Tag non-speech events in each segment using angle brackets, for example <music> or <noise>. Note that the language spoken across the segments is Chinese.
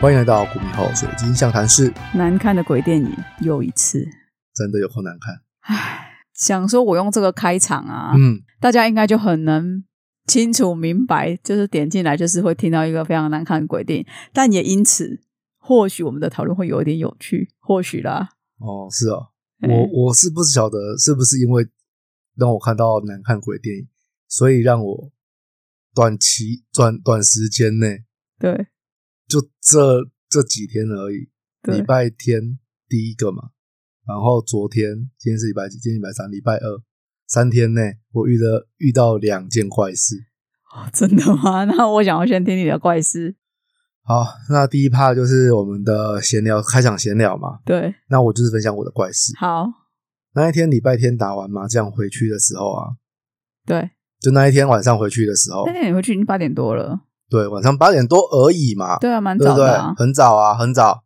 欢迎来到股民后水晶象谈室，难看的鬼电影又一次，真的有够难看。想说我用这个开场啊，嗯，大家应该就很能清楚明白，就是点进来就是会听到一个非常难看的鬼电影，但也因此，或许我们的讨论会有一点有趣，或许啦。哦，是哦，哎我我是不晓得是不是因为让我看到难看鬼电影，所以让我短期短短时间内对就这这几天而已，礼对拜天第一个嘛，然后昨天今天是礼拜几？今天礼拜三，礼拜二，三天内我遇了遇到两件怪事。哦 <laughs> 真的吗？那我想要先听你的怪事。好，那第一趴就是我们的闲聊，开场闲聊嘛。对，那我就是分享我的怪事。好，那一天礼拜天打完麻将回去的时候啊，对。就那一天晚上回去的时候那，天你回去已经八点多了，对，晚上八点多而已嘛，对啊，蛮对不早对的、啊？。很早啊，很早。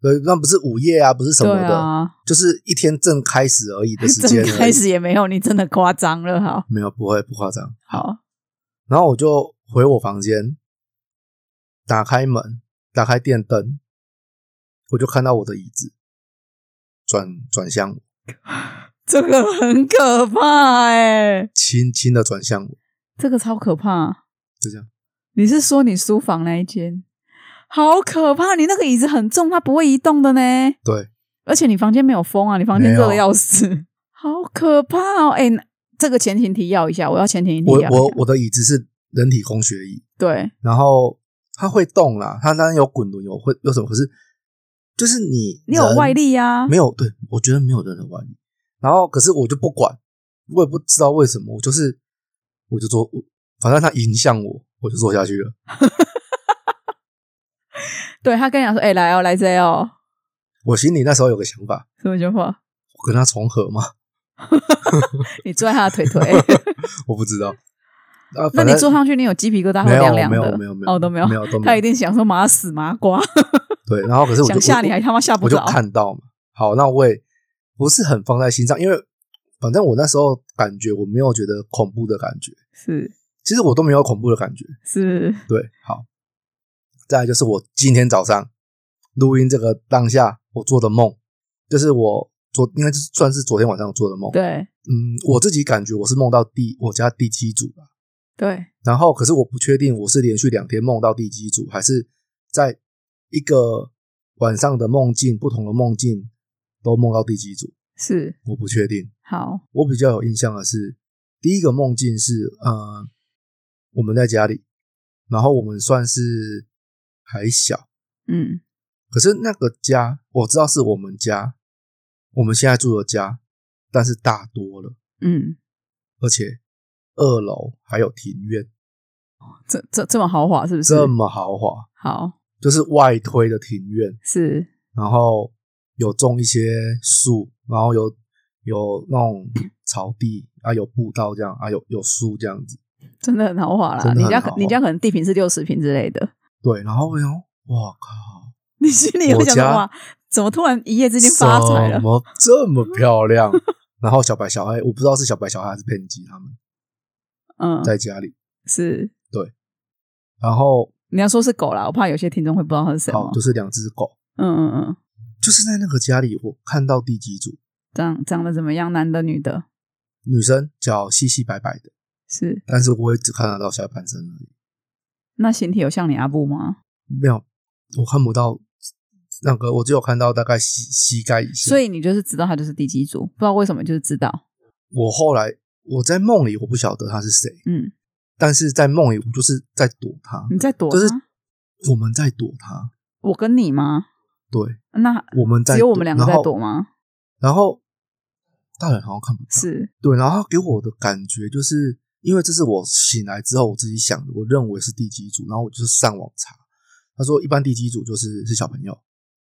对，那不是午夜啊，不是什么对的，啊，就是一天正开始而已的时间 <laughs> 正而已。开始也没有，你真的夸张了，好没有，不会不夸张。好，然后我就回我房间，打开门，打开电灯，我就看到我的椅子转转向我，这个很可怕哎、轻轻的转向我，这个超可怕。就这样。你是说你书房那一间？好可怕！你那个椅子很重，它不会移动的呢。对，而且你房间没有风啊，你房间没有热的要死，好可怕哦！哎、那这个前情提要一下，我要前情提我要一下。我我的椅子是人体工学椅，对然后它会动啦，它当然有滚轮，有会有什么，可是就是你你有人外力啊没有，对我觉得没有任何外力。然后可是我就不管，我也不知道为什么，我就是我就坐，我反正它影响我，我就坐下去了。对，他跟你讲说：“哎、来哦，来这哦。我心里那时候有个想法，”什么情况？我跟他重合吗？你坐在他的 <laughs> 腿腿，我不知道。啊，那反你正坐上去，你有鸡皮疙瘩，会没有凉凉没的。有没有没有哦，都没有，没有都没有他一定想说麻死麻瓜，对，然后可是我就想吓你还他妈吓我不就着。看到嘛。好，那我也不是很放在心上，因为反正我那时候感觉我没有觉得恐怖的感觉，是其实我都没有恐怖的感觉。是，对，好，再来就是我今天早上录音这个当下我做的梦，就是我昨应该就是算是昨天晚上做的梦。对嗯，我自己感觉我是梦到第我家第七组了，对然后可是我不确定我是连续两天梦到第几组，还是在一个晚上的梦境不同的梦境都梦到第几组，是我不确定。好。我比较有印象的是，第一个梦境是呃，我们在家里，然后我们算是还小，嗯，可是那个家我知道是我们家，我们现在住的家，但是大多了，嗯，而且二楼还有庭院，这这这么豪华是不是？这么豪华，好就是外推的庭院，是然后有种一些树，然后有有那种草地啊，有步道这样啊，有有树这样子。真的很豪华啦。真的你很家豪华你家可能地平是六十平之类的， <laughs> 对，然后我想，哇靠，你心里有我想家说哇，怎么突然一夜之间发财了怎？么这么漂 <laughs> 亮？然后小白小孩，我不知道是小白小孩还是佩姬他们嗯，在家里，是然后你要说是狗啦，我怕有些听众会不知道它是什好么就。是两只狗，嗯嗯嗯，就是在那个家里，我看到第几组长长得怎么样？男的女的？女生脚细细白白的，是但是我也只看得到下半身而已，那形体有像你阿布吗？没有，我看不到那个，我只有看到大概膝膝盖以下。所以以你就是知道他就是第几组，不知道为什么就是知道。我后来我在梦里我不晓得他是谁，嗯，但是在梦里我就是在躲他，你在躲他？就是我们在躲他，我跟你吗？对，那我们在只有我们两个在然后躲吗？然后大人好像看不到，是对。然后他给我的感觉就是，因为这是我醒来之后我自己想的，我认为是第几组，然后我就是上网查，他说一般第几组就是是小朋友，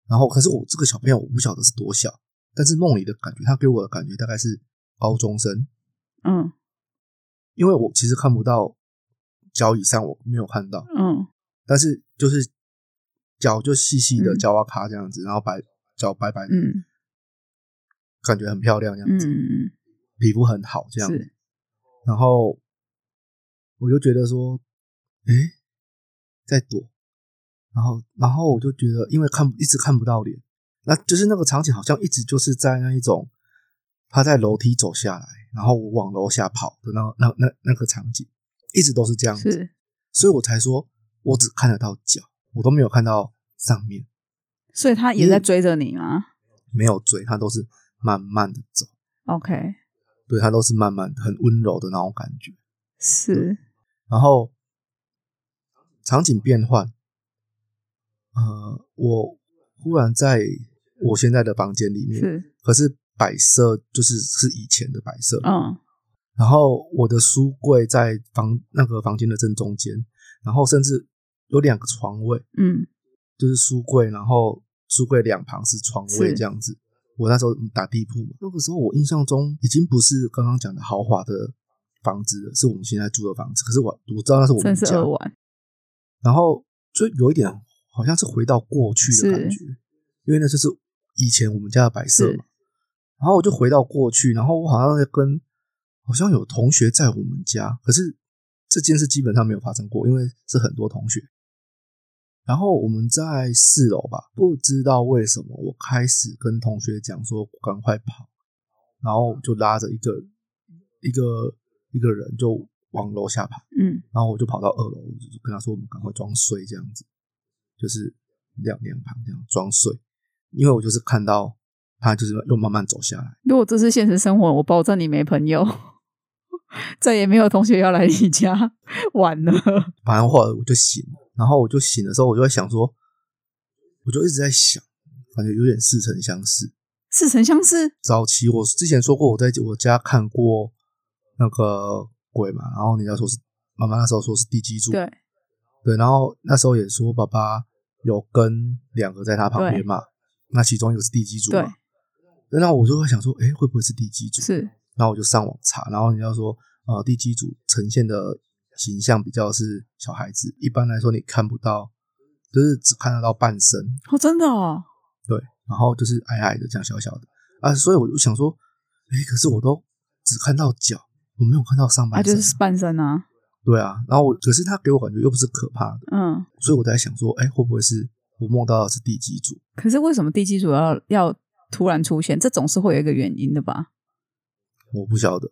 然后可是我这个小朋友我不晓得是多小，但是梦里的感觉，他给我的感觉大概是高中生，嗯因为我其实看不到脚以上，我没有看到，嗯但是就是脚就细细的嗯脚啊卡这样子，然后白脚白白的，嗯感觉很漂亮这样嗯子，嗯，皮肤很好这样子。是。然后我就觉得说，诶，在躲，然后然后我就觉得，因为看一直看不到脸，那就是那个场景好像一直就是在那一种他在楼梯走下来，然后我往楼下跑的那那那那个场景，一直都是这样子，是，所以我才说我只看得到脚，我都没有看到上面，所以他也在追着你吗没有追，他都是慢慢的走， ？OK，对他都是慢慢的很温柔的那种感觉。是然后场景变换，呃，我忽然在我现在的房间里面，是，可是摆设就是是以前的摆设，嗯，然后我的书柜在房那个房间的正中间，然后甚至有两个床位，嗯，就是书柜，然后书柜两旁是床位是这样子。我那时候打地铺嘛，那个时候我印象中已经不是刚刚讲的豪华的房子了，是我们现在住的房子。可是我我知道那是我们真是家二，玩，然后就有一点好像是回到过去的感觉，因为那就是以前我们家的摆设是嘛。然后我就回到过去，然后我好像在跟好像有同学在我们家，可是这件事基本上没有发生过，因为是很多同学。然后我们在四楼吧，不知道为什么我开始跟同学讲说赶快跑，然后就拉着一个一个一个人就往楼下跑。嗯，然后我就跑到二楼，我就跟他说我们赶快装睡这样子，就是两两旁这样装睡，因为我就是看到他就是又慢慢走下来，如果这是现实生活，我保证你没朋友， <laughs> 再也没有同学要来你家玩了。反正后来我就醒了，然后我就醒的时候我就在想说，我就一直在想，感觉有点似曾相识。似曾相识，早期我之前说过我在我家看过那个鬼嘛，然后人家说是妈妈那时候说是地基柱，对，对，然后那时候也说爸爸有跟两个在他旁边嘛，那其中一个是地基组嘛，对那我就会想说，哎，会不会是地基组？是然后我就上网查，然后人家说，呃，地基组呈现的形象比较是小孩子，一般来说你看不到，就是只看得到半身，哦，真的哦，对，然后就是矮矮的这样小小的啊，所以我就想说，哎，可是我都只看到脚，我没有看到上啊，半就身啊、是半身啊，对啊，然后我可是他给我感觉又不是可怕的。嗯。所以我在想说，哎、会不会是我梦到的是地基组？可是为什么地基主要要突然出现？这总是会有一个原因的吧？我不晓得。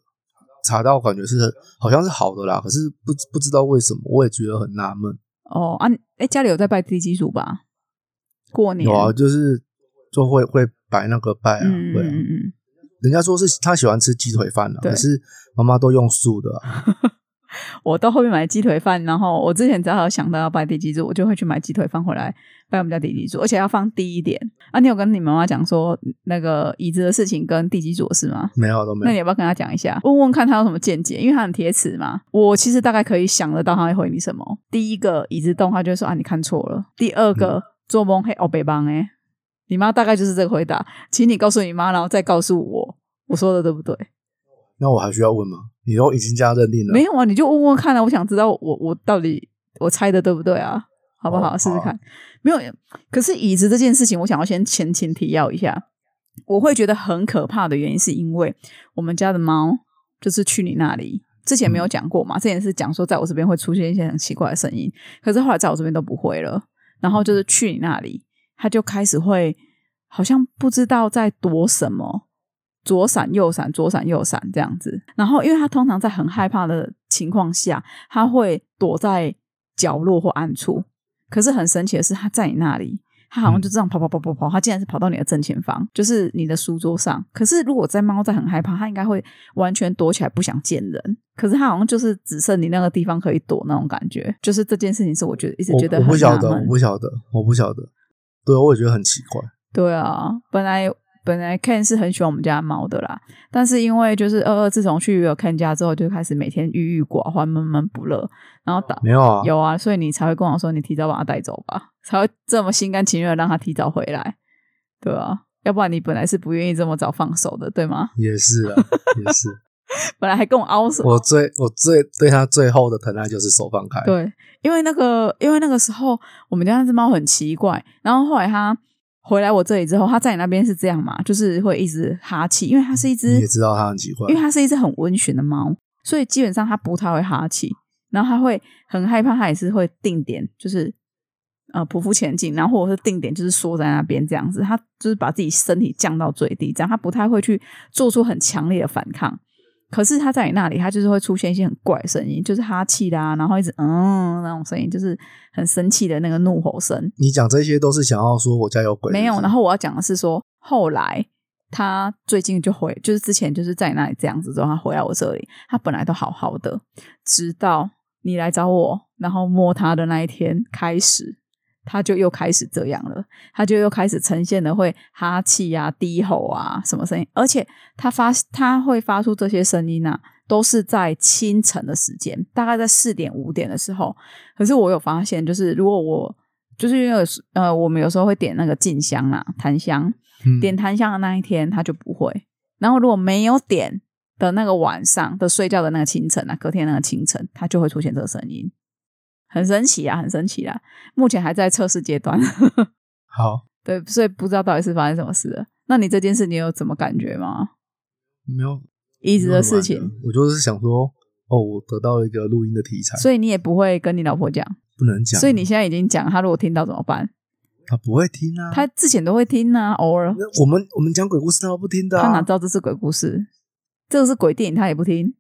查到感觉是好像是好的啦，可是不不知道为什么，我也觉得很纳闷。哦啊，哎，家里有在拜地基主吧？过年有啊，就是就会会摆那个拜啊，嗯嗯对啊。嗯嗯，人家说是他喜欢吃鸡腿饭啊，对可是妈妈都用素的、啊，我到后面买鸡腿饭，然后我之前只要有想到要拜地基主，我就会去买鸡腿饭回来拜我们家地基主，而且要放低一点。啊，你有跟你妈妈讲说那个椅子的事情跟地基主的事吗？没有都那没你有。要不要跟她讲一下，问问看她有什么见解？因为她很铁齿嘛。我其实大概可以想得到她会回你什么。第一个椅子动，她就会说啊，你看错了。第二个、嗯做梦嘿哦北邦哎，你妈大概就是这个回答，请你告诉你妈，然后再告诉我，我说的对不对？那我还需要问吗？你都已经这样认定了，没有啊，你就问问看啊，我想知道我我到底我猜的对不对啊？好不哦好？试试好啊看。没有，可是椅子这件事情，我想要先前情提要一下。我会觉得很可怕的原因，是因为我们家的猫就是去你那里之前没有讲过嘛，之前是讲说在我这边会出现一些很奇怪的声音，可是后来在我这边都不会了。然后就是去你那里，它就开始会好像不知道在躲什么，左闪右闪，左闪右闪这样子。然后，因为他通常在很害怕的情况下，他会躲在角落或暗处。可是很神奇的是，他在你那里，他好嗯像就这样跑跑跑跑跑，他竟然是跑到你的正前方，就是你的书桌上。可是如果在猫在很害怕，它应该会完全躲起来，不想见人。可是它好像就是只剩你那个地方可以躲那种感觉，就是这件事情是我觉得一直我觉得我很不晓纳得，闷我。不晓得，我不晓得。对，啊我也觉得很奇怪。对啊，本来本来 Ken 是很喜欢我们家的猫的啦，但是因为就是二二自从去了 Ken 家之后，就开始每天郁郁寡欢、闷闷不乐，然后打没有啊，有啊，所以你才会跟我说你提早把它带走吧，才会这么心甘情愿地让它提早回来，对啊。要不然你本来是不愿意这么早放手的，对吗？ <laughs> 也是啊，也是。本来还跟我凹手，我最我最对他最后的疼爱就是手放 <laughs> 开。对，因为那个，因为那个时候我们家那只猫很奇怪，然后后来它回来我这里之后，它在你那边是这样嘛，就是会一直哈气，因为它是一只你也知道它很奇怪因，为它是一只很温驯的猫，所以基本上它不太会哈气，然后它会很害怕，它也是会定点，就是呃匍匐前进，然后或者是定点就是缩在那边这样子，他就是把自己身体降到最低，这样他不太会去做出很强烈的反抗。可是他在你那里，他就是会出现一些很怪的声音，就是哈气啦、然后一直嗯那种声音，就是很生气的那个怒吼声。你讲这些都是想要说我家有鬼，没有。然后后我要讲的是说，后来他最近就回，就是之前就是在那里这样子之后，他回来我这里，他本来都好好的，直到你来找我，然后摸他的那一天开始。他就又开始这样了，他就又开始呈现了会哈气啊、低吼啊什么声音，而且他发他会发出这些声音啊，都是在清晨的时间，大概在四点五点的时候，可是我有发现，就是如果我就是因为有时呃，我们有时候会点那个静香啊、檀香，嗯点檀香的那一天他就不会。然后如果没有点的那个晚上的睡觉的那个清晨啊，隔天那个清晨，它就会出现这个声音，很神奇啊，很神奇啊！目前还在测试阶段， <laughs> 好对，所以不知道到底是发生什么事了。那你这件事你有怎么感觉吗？没有椅子的事没有情，很晚的我就是想说，哦，我得到了一个录音的题材，所以你也不会跟你老婆讲，不能讲，所以你现在已经讲，她如果听到怎么办？他不会听啊。她之前都会听啊，偶尔那我们我们讲鬼故事，他不听的、他哪啊知。道这是鬼故事？这个是鬼电影，他也不听，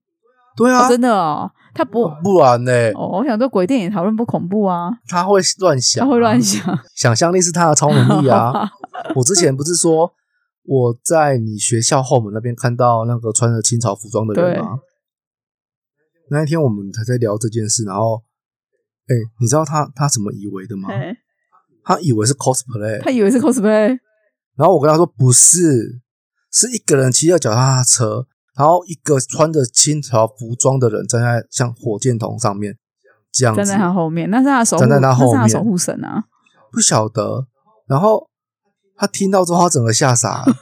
对啊，哦真的哦，他不不不然呢、哦。我想说鬼电影讨论不恐怖啊，他会乱想、啊他会乱，想。想象力是他的超能力 <laughs> 啊。我之前不是说我在你学校后门那边看到那个穿着清朝服装的人吗？那一天我们才在聊这件事，然后，哎、你知道他他怎么以为的吗？哎他以为是 cosplay，他以为是 cosplay，然后我跟他说不是，是一个人骑着脚踏车，然后一个穿着清朝服装的人站在像火箭筒上面这样子站，在他后面，那是他的守护，站在他后面那是他的守护神啊。不晓得。然后他听到之后，他整个吓傻了。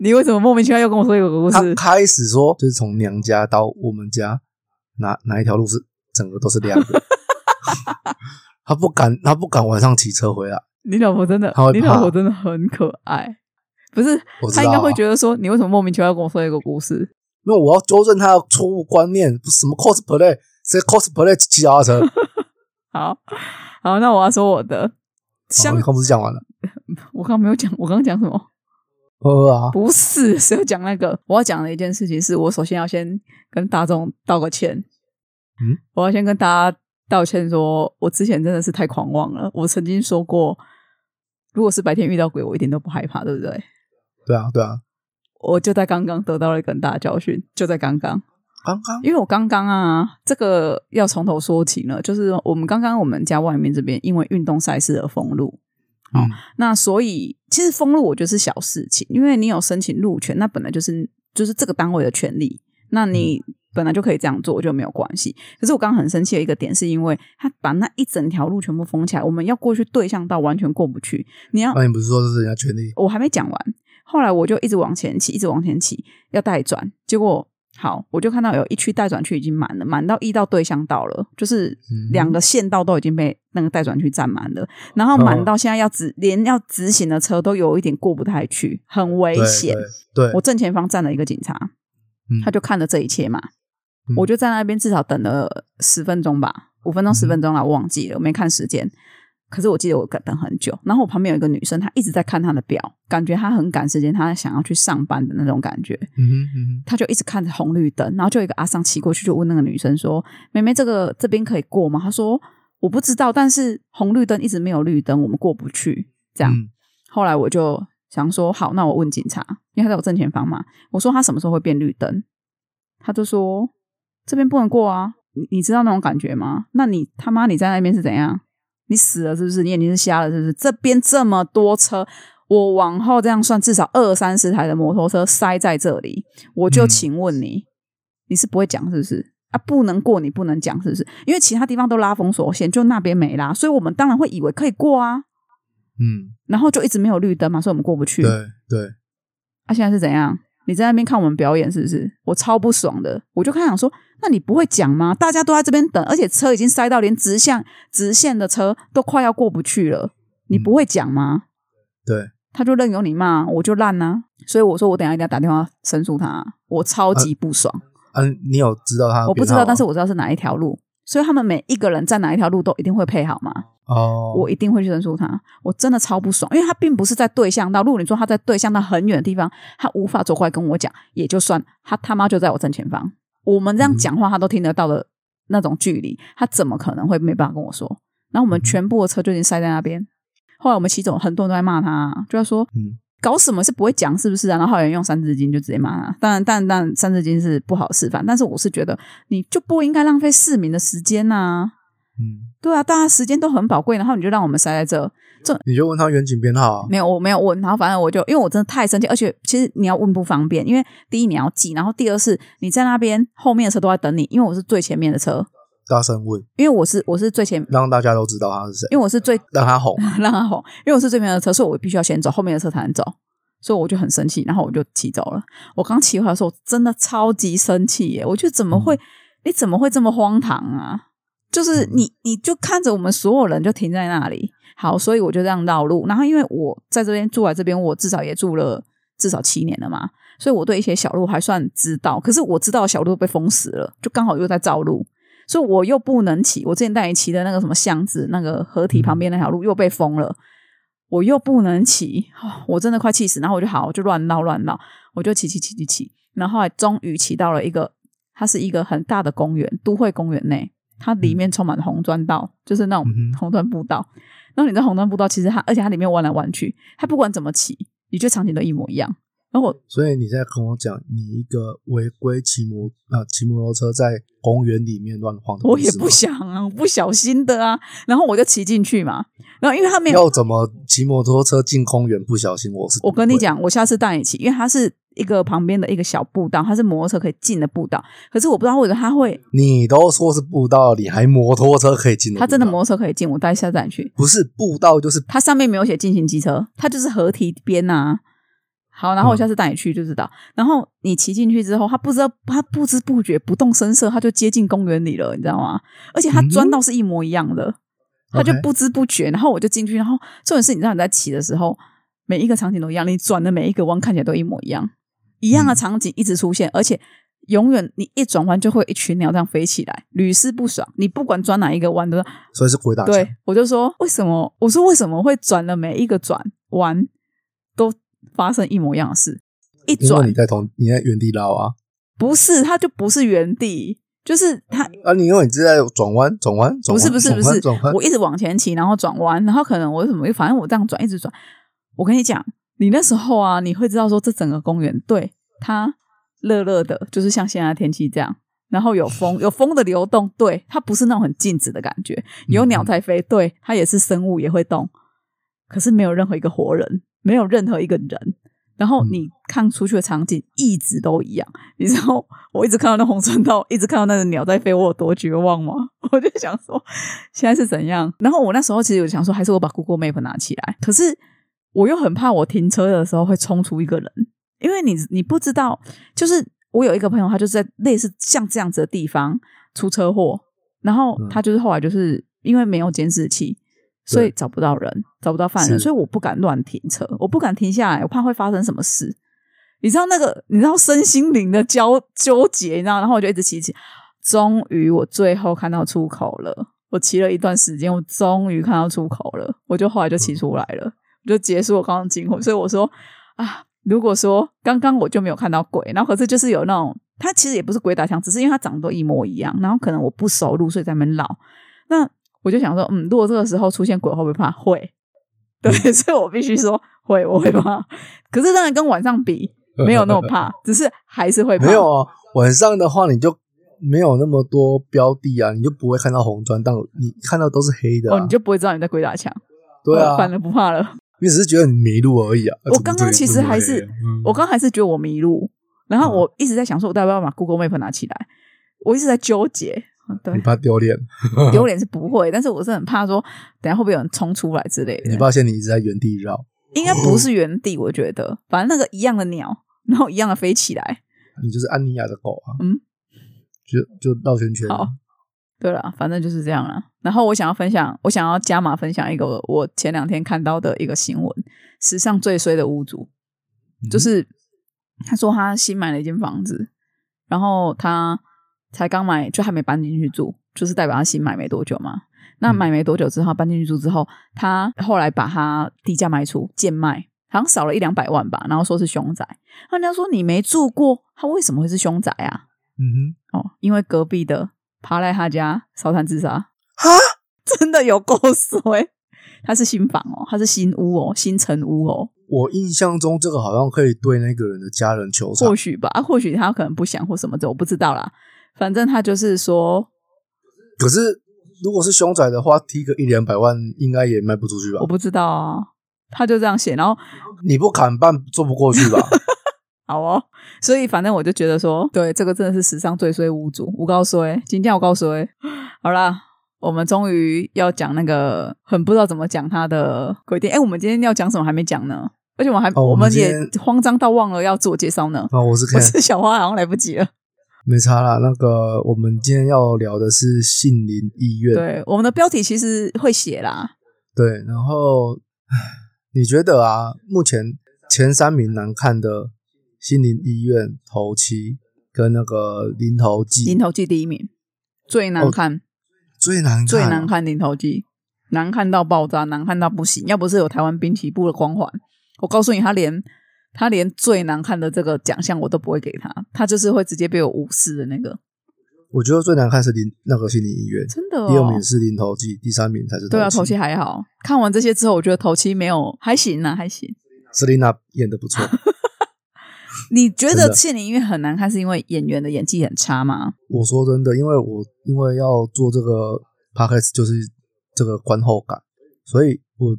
你为什么莫名其妙又跟我说有个故他事？开始说，就是从娘家到我们家哪哪一条路是整个都是亮的。 <laughs> 他不敢，他不敢晚上骑车回来。你老婆真的他会，怕你老婆真的很可爱。不是，我知道他啊应该会觉得说，你为什么莫名其妙要跟我说一个故事？因为我要纠正他的错误观念，什么 cosplay，谁 cosplay 骑脚踏 <laughs> 车？好，好，那我要说我的。好相你，刚不是讲完了？我刚没有讲，我刚刚讲什么？呃啊， <laughs> 不是，谁要讲那个？我要讲的一件事情是，我首先要先跟大众道个歉。嗯，我要先跟大家道歉说，我之前真的是太狂妄了。我曾经说过，如果是白天遇到鬼，我一点都不害怕，对不对？对啊，对啊，我就在刚刚得到了一个很大的教训，就在刚刚。刚刚因为我刚刚啊，这个要从头说起呢，就是我们刚刚我们家外面这边因为运动赛事而封路，哦嗯那所以其实封路我觉得是小事情，因为你有申请路权，那本来就是就是这个单位的权利，那你本来就可以这样做，就没有关系。可是我刚刚很生气的一个点，是因为他把那一整条路全部封起来，我们要过去对向道完全过不去，你要那你不是说这是人家权利？我还没讲完，后来我就一直往前骑，一直往前骑，要带转，结果好，我就看到有一区待转区已经满了，满到一到对向道了，就是嗯两个县道都已经被那个待转区占满了，然后满哦到现在要直连要直行的车都有一点过不太去，很危对险。对，对我正前方站了一个警察，嗯他就看着这一切嘛，嗯我就在那边至少等了十分钟吧，五分钟嗯十分钟啦，我忘记了，我没看时间。可是我记得我等很久，然后我旁边有一个女生，她一直在看她的表，感觉她很赶时间，她想要去上班的那种感觉。嗯哼嗯她就一直看着红绿灯，然后就有一个阿桑骑过去，就问那个女生说：“妹妹，这个这边可以过吗？”她说：“我不知道，但是红绿灯一直没有绿灯，我们过不去。”这样，嗯后来我就想说，好，那我问警察，因为他在我正前方嘛。我说他什么时候会变绿灯？他就说这边不能过啊。你你知道那种感觉吗？那你他妈你在那边是怎样？你死了是不是？你眼睛是瞎了是不是？这边这么多车，我往后这样算，至少二三十台的摩托车塞在这里，我就嗯请问你，你是不会讲是不是？啊，不能过你不能讲是不是？因为其他地方都拉封锁线，就那边没拉，所以我们当然会以为可以过啊。嗯，然后就一直没有绿灯嘛，所以我们过不去。啊，对对，现在是怎样？你在那边看我们表演是不是？我超不爽的，我就看想说，那你不会讲吗？大家都在这边等，而且车已经塞到连直向直线的车都快要过不去了，你不会讲吗？对，他就任由你骂，我就烂啊！所以我说我等一下一定要打电话申诉他，我超级不爽。嗯、你有知道他的编号吗？我不知道，但是我知道是哪一条路。所以他们每一个人站哪一条路都一定会配好嘛。哦，我一定会去申诉他，我真的超不爽，因为他并不是在对向道。如果你说他在对向道很远的地方，他无法走过来跟我讲，也就算他他妈就在我正前方，我们这嗯样讲话他都听得到的那种距离，他怎么可能会没办法跟我说？然嗯后我们全部的车就已经塞在那边。后来我们骑走，很多人都在骂他，就在说嗯，搞什么是不会讲是不是啊？然后还有人用三字经就直接骂他。当然，但但三字经是不好示范，但是我是觉得你就不应该浪费市民的时间啊呐、嗯，对啊，大家时间都很宝贵，然后你就让我们塞在这，你就问他远景编号啊，没有，我没有问，然后反正我就因为我真的太生气，而且其实你要问不方便，因为第一你要记，然后第二是你在那边后面的车都在等你，因为我是最前面的车，大声问，因为我是我是最前，让大家都知道他是谁，因为我是最 <laughs> 让他红。让他红，因为我是最前面的车，所以我必须要先走，后面的车才能走，所以我就很生气，然后我就骑走了。我刚骑回来的时候，我真的超级生气耶！我觉得怎么会，你怎么会这么荒唐啊？就是你，你就看着我们所有人就停在那里，好，所以我就这样绕路。然后因为我在这边住来这边，我至少也住了至少七年了嘛，所以我对一些小路还算知道。可是我知道的小路都被封死了，就刚好又在造路。所以我又不能骑。我之前带你骑的那个什么巷子，那个河堤旁边那条路又被封了，我又不能骑，哦我真的快气死。然后我就好，我就乱闹乱闹，我就骑骑骑骑骑，然后后来终于骑到了一个，它是一个很大的公园，都会公园内，它里面充满了红砖道，就是那种嗯哼红砖步道。然后你在红砖步道，其实它而且它里面弯来弯去，它不管怎么骑，你觉得场景都一模一样。然后我所以你在跟我讲，你一个违规骑摩啊骑摩托车在公园里面乱晃的故我事也吗，不想啊，我不小心的啊，然后我就骑进去嘛，然后因为它没有要怎么骑摩托车进公园，不小心我是我跟你，讲，我下次带你骑，因为它是一个旁边的一个小步道，它是摩托车可以进的步道。可是我不知道为什么它会，你都说是步道，你还摩托车可以进？它真的摩托车可以进，我带下次带你去。不是步道就是它上面没有写进行机车，它就是河堤边呐、好，然后嗯我下次带你去就知道。然后你骑进去之后，它不知道，它不知不觉不动声色，它就接近公园里了，你知道吗？而且它嗯砖道是一模一样的，它就 OK 不知不觉。然后我就进去，然后重点是，你知道你在骑的时候，每一个场景都一样，你转的每一个弯看起来都一模一样，一样嗯的场景一直出现，而且永远你一转弯就会有一群鸟这样飞起来，屡试不爽。你不管转哪一个弯都所以是鬼打墙。对，我就说为什么？我说为什么会转了每一个转弯都发生一模一样的事？一因为转你在同你在原地绕啊不是，它就不是原地，就是它啊！你因为你是在转弯转弯转不弯，是不是不转是弯转弯，我一直往前骑，然后转弯，然后可能我什么，反正我这样转一直转。我跟你讲，你那时候啊，你会知道说这整个公园对它热热的，就是像现在的天气这样。然后有风，有风的流动，对它不是那种很静止的感觉。有鸟在飞，对它也是生物，也会动，可是没有任何一个活人，没有任何一个人。然后嗯你看出去的场景一直都一样，你知道我一直看到那红砖道，一直看到那个鸟在飞，我有多绝望吗？ <laughs> 我就想说，现在是怎样？然后我那时候其实有想说，还是我把 Google Map 拿起来，可是我又很怕我停车的时候会冲出一个人，因为你你不知道，就是我有一个朋友，他就是在类似像这样子的地方出车祸，然后嗯他就是后来就是因为没有监视器，所以对找不到人，找不到犯人，是所以我不敢乱停车，我不敢停下来，我怕会发生什么事。你知道那个，你知道身心灵的交纠结，你知道，然后我就一直骑骑，终于我最后看到出口了。我骑了一段时间，我终于看到出口了，我就后来就骑出来了，我就结束我刚刚的经过。所以我说啊，如果说刚刚我就没有看到鬼，然后可是就是有那种，它其实也不是鬼打墙，只是因为它长得都一模一样，然后可能我不熟路，所以在那边绕。那我就想说，嗯，如果这个时候出现鬼，会不会怕？会， <laughs> 对，所以我必须说会，我会怕。可是当然跟晚上比没有那么怕， <laughs> 只是还是会怕。没有啊。晚上的话，你就没有那么多标的啊，你就不会看到红砖，但你看到都是黑的、啊。哦，你就不会知道你在鬼打墙。对啊我，反而不怕了。你只是觉得你迷路而已啊。我刚刚其实还是嗯我刚还是觉得我迷路，然后我一直在想说，我到底要不要把 Google Map 拿起来？我一直在纠结。哦你 <laughs> 对，怕丢脸，丢脸是不会，但是我是很怕说，等一下会不会有人冲出来之类的。你发嗯现你一直在原地绕，应该不是原地，我觉得，反正那个一样的鸟，然后一样的飞起来。你就是安妮亚的狗啊。嗯，就就绕圈圈啊。好对了，反正就是这样了。然后我想要分享，我想要加码分享一个我前两天看到的一个新闻：史上最衰的屋主，嗯就是他说他新买了一间房子，然后他才刚买，就还没搬进去住，就是代表他新买没多久嘛。那买没多久之后，搬进去住之后，他后来把他低价卖出，贱卖，好像少了一两百万吧，然后说是凶宅。然后人家说你没住过，他为什么会是凶宅啊？嗯哦，因为隔壁的爬来他家烧炭自杀，哼，啊，真的有够衰。他是新房哦，他是新屋哦，新城屋哦，我印象中这个好像可以对那个人的家人求偿或，许吧，啊，或许他可能不想或什么的，我不知道啦。反正他就是说，可是如果是凶宅的话，踢个一两百万应该也卖不出去吧我？不知道啊，他就这样写，然后你不砍半做不过 <laughs> 去吧？好哦，所以反正我就觉得说，对这个真的是史上最衰屋主，我告诉哎，今天我告诉哎，好啦，我们终于要讲那个很不知道怎么讲他的规定，哎，我们今天要讲什么还没讲呢？而且我还、哦我们们今也天慌张到忘了要自我介绍呢。啊，我是 <laughs> 我 Ken，是小花，好像来不及了。没差啦。那个我们今天要聊的是杏林医院，对，我们的标题其实会写啦，嗯对，然后唉你觉得啊，目前前三名难看的心灵医院头七跟那个零头零记头记第一名，最难哦看，最难看，啊最难。看零头记，难看到爆炸，难看到不行。要不是有台湾滨崎步的光环，我告诉你，他连他连最难看的这个奖项我都不会给他，他就是会直接被我无视的那个，我觉得最难看是零那个心灵医院，真的、第二哦名。是零头记，第三名才是对啊，头头七还好看完这些之后，我觉得头七没有还行啊，还行。 Selina 演的不啊错，你觉真得的《倩女》因为很难看，是因为演员的演技很差吗？我说真的，因为我因为要做这个 podcast，就是这个观后感，所以我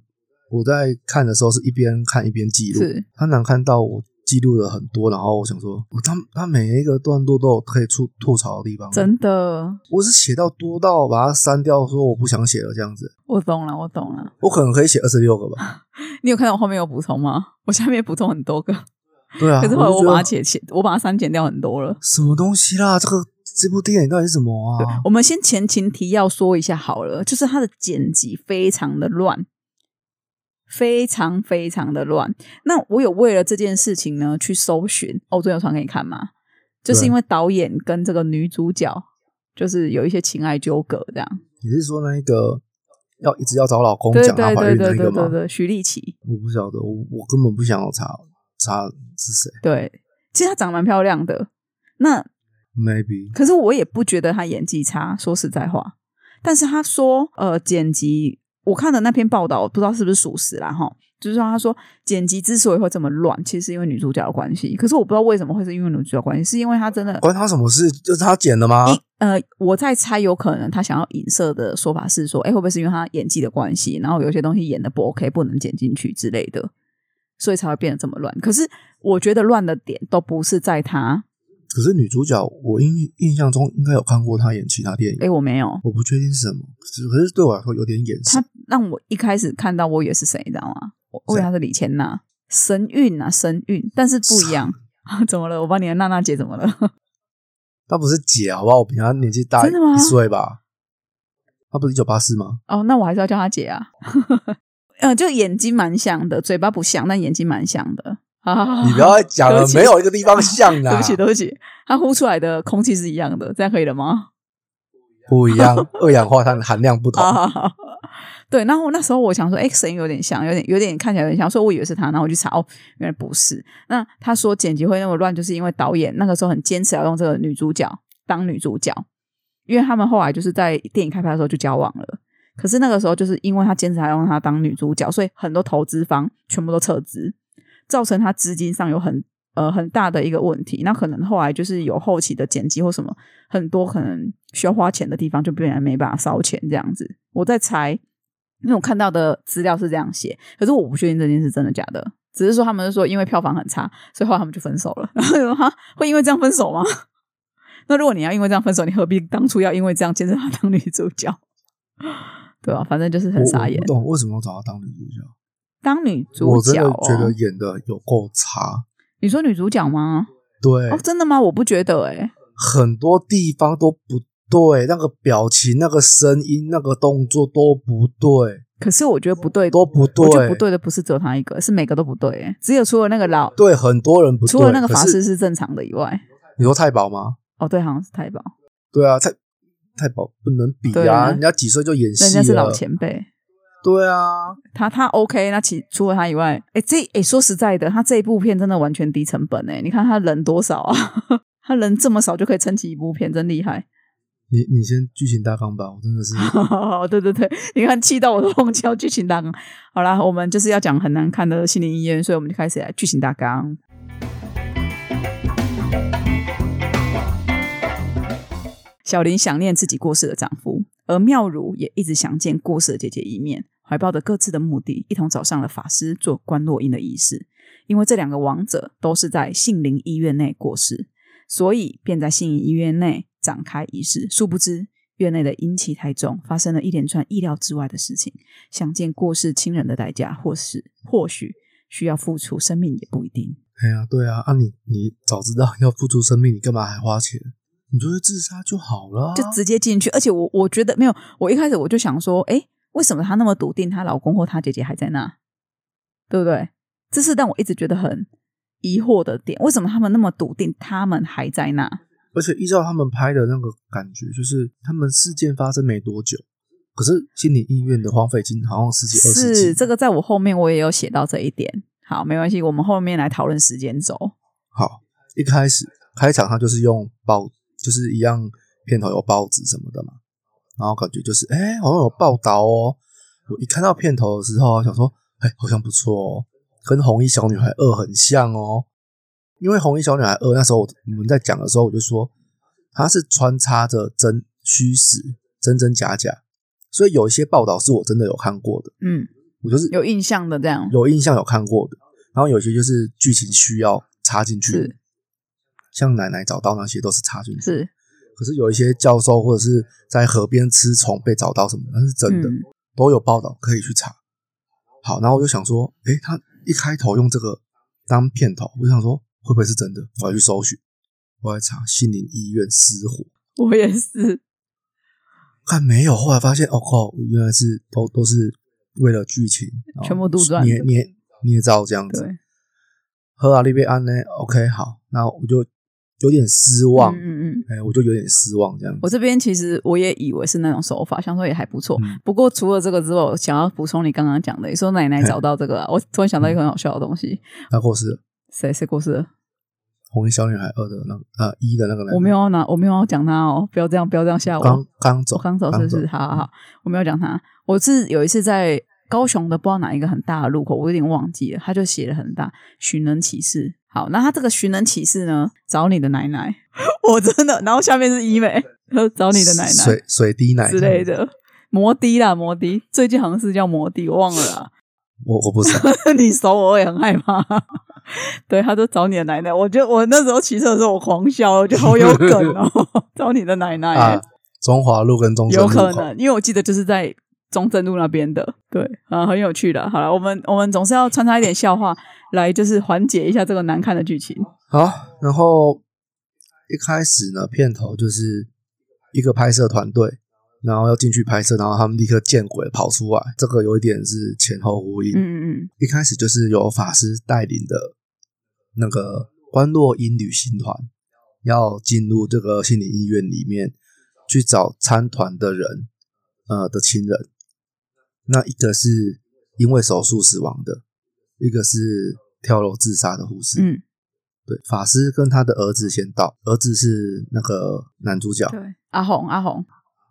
我在看的时候是一边看一边记录是，它难看到我记录了很多，然后我想说，哦我他他每一个段落都有可以吐吐槽的地方，真的，我是写到多到把它删掉，说我不想写了这样子，我懂了，我懂了。我可能可以写二十六个 <laughs> 吧，你有看到我后面有补充吗？我下面补充很多个，对啊，可是后来我我就觉得把它剪剪，我把它删减掉很多了。什么东西啦，这个这部电影到底是什么对啊，？我们先前情提要说一下好了，就是它的剪辑非常的乱，非常非常的乱。那我有为了这件事情呢去搜寻，哦，最后传给你看吗？就是对因为导演跟这个女主角就是有一些情爱纠葛，这样。你是说那一个要一直要找老公对讲她对怀对孕的对那对个吗对？对，徐丽琪，我不晓得，我我根本不想要查查是谁对，其实她长得蛮漂亮的。那，maybe 可是我也不觉得他演技差，说实在话。但是他说，呃，剪辑，我看的那篇报道，不知道是不是属实啦，哈，就是说他说剪辑之所以会这么乱，其实是因为女主角的关系。可是我不知道为什么会是因为女主角的关系，是因为他真的，关他什么事？就是他剪的吗？呃，我在猜，有可能他想要影射的说法是说，哎，会不会是因为他演技的关系，然后有些东西演的不 OK，不能剪进去之类的，所以才会变得这么乱。可是我觉得乱的点都不是在他，可是女主角，我印印象中应该有看过她演其他电影，哎，我没有，我不确定是什么，可是可是对我来说有点眼熟他。让我一开始看到我以为是谁，你知道吗？我我以为他是李千娜，神韵啊，神韵，但是不一样。 <laughs> 怎么了？我把你的娜娜姐怎么了？ <laughs> 她不是姐好不好？我比她年纪大真的吗一岁吧。她不是一九八四吗？哦，那我还是要叫她姐啊。 <laughs> 呃，就眼睛蛮像的，嘴巴不像，但眼睛蛮像的。好好好，你不要再讲啊对了不，起没有一个地方像啊 <laughs> 对啦不，起，对不起，他呼出来的空气是一样的，这样可以了吗？不一样，二氧化碳含量不同。啊，好好对，然后那时候我想说，哎，声音有点像，有点有点看起来有点像，所以我以为是他，然后我去查，哦，原来不是。那他说剪辑会那么乱，就是因为导演那个时候很坚持要用这个女主角当女主角，因为他们后来就是在电影开拍的时候就交往了。可是那个时候就是因为他坚持要用她当女主角，所以很多投资方全部都撤资，造成他资金上有很呃很大的一个问题。那可能后来就是有后期的剪辑或什么，很多可能需要花钱的地方就变然没办法烧钱这样子。我在猜，因为我看到的资料是这样写，可是我不确定这件事真的假的。只是说他们就说因为票房很差，所以后来他们就分手了。然 <laughs> 后就说哈，会因为这样分手吗？ <laughs> 那如果你要因为这样分手，你何必当初要因为这样坚持她当女主角？ <laughs> 对啊，反正就是我 <laughs> 很傻我眼不。懂为什么要找她当女主角，当女主我真角、的哦，觉得演的有够差。你说女主角吗？对哦，，真的吗？我不觉得、欸，很多地方都不对，那个表情、那个声音、那个动作都不对，可是我觉得不对，都不对我觉得不对的不是只有她一个，是每个都不对、欸，只有除了那个老，对，很多人不对。除了那个法可是师是正常的以外，你说太保吗？哦，对，好像是太保，对啊，太太保不能比对啊，啊人家几岁就演戏了，人家是老前辈，对啊，他他 OK，那其除了他以外，哎，这哎说实在的，他这一部片真的完全低成本哎，你看他人多少啊？ <laughs> 他人这么少就可以撑起一部片，真厉害！你你先剧情大纲吧，我真的是 <laughs> 对对对，你看气到我都忘记要剧情大纲。好啦，我们就是要讲很难看的心灵医院，所以我们就开始来剧情大纲。小林想念自己过世的丈夫，而妙如也一直想见过世的姐姐一面，怀抱着各自的目的，一同找上了法师做关落音的仪式。因为这两个亡者都是在杏林医院内过世，所以便在杏林医院内展开仪式。殊不知，院内的阴气太重，发生了一连串意料之外的事情。想见过世亲人的代价，或是或许需要付出生命，也不一定。哎呀，对啊，啊你你早知道要付出生命，你干嘛还花钱？你就去自杀就好了啊、就直接进去。而且我我觉得没有，我一开始我就想说，诶，为什么她那么笃定，她老公或她姐姐还在那，对不对？这是让我一直觉得很疑惑的点，为什么他们那么笃定，他们还在那？而且依照他们拍的那个感觉，就是他们事件发生没多久，可是心理医院的荒废金好像十几二十集，是这个，在我后面我也有写到这一点。好，没关系，我们后面来讨论时间轴。好，一开始开场他就是用报，就是一样片头有报纸什么的嘛，然后感觉就是哎、好像有报道哦。我一看到片头的时候啊，想说哎、好像不错哦，跟红衣小女孩二很像哦。因为红衣小女孩二那时候我我们在讲的时候，我就说它是穿插着真虚实、真真假假，所以有一些报道是我真的有看过的，嗯，我就是有印象的这样。有印象有看过的，然后有些就是剧情需要插进去的是，像奶奶找到那些都是插进去。是，可是有一些教授或者是在河边吃虫被找到什么，那是真的，嗯都有报道可以去查。好，然后我就想说，诶，他一开头用这个当片头，我就想说会不会是真的？我要去搜寻，我要查心灵医院失火，我也 <laughs> 是。看没有，后来发现哦靠，原来是都都是为了剧情，然后全部杜撰捏捏捏造这样子。对，喝阿利贝安呢？OK，好，那我就有点失望，嗯嗯嗯。哎、我就有点失望这样我子。这边其实我也以为是那种手法，想说也还不错。嗯不过除了这个之外，我想要补充你刚刚讲的，你说奶奶找到这个啊、我突然想到一个很好笑的东西，那或是《谁谁过世了？红衣小女孩二》的那个呃一的那个男，我没有要拿，我没有要讲他哦，不要这样，不要这样吓我。刚刚走，嗯我刚走是不是？好好好，我没有讲他。我是有一次在高雄的不知道哪一个很大的路口，我有点忘记了，他就写了很大寻人启事。好，那他这个寻人启事呢，找你的奶奶， <laughs> 我真的。然后下面是医美，他说找你的奶奶，水水滴奶之类。的。摩的啦，摩的，最近好像是叫摩的，我忘了啦。 <laughs> 我我不是，你熟我也很害怕。 <laughs> 对，他都找你的奶奶，我就我那时候骑车的时候我狂笑，我觉得好有梗 <laughs> 哦，找你的奶奶、啊，中华路跟中正有路口可能，因为我记得就是在中正路那边的，对啊，很有趣的。好了，我们我们总是要穿插一点笑话来，就是缓解一下这个难看的剧情。好，然后一开始呢，片头就是一个拍摄团队，然后要进去拍摄，然后他们立刻见鬼跑出来，这个有一点是前后呼应。嗯嗯嗯，一开始就是由法师带领的那个关洛音旅行团，要进入这个心理医院里面去找参团的人，呃的亲人。那一个是因为手术死亡的，一个是跳楼自杀的护士。嗯，对，法师跟他的儿子先到，儿子是那个男主角、对，阿红阿红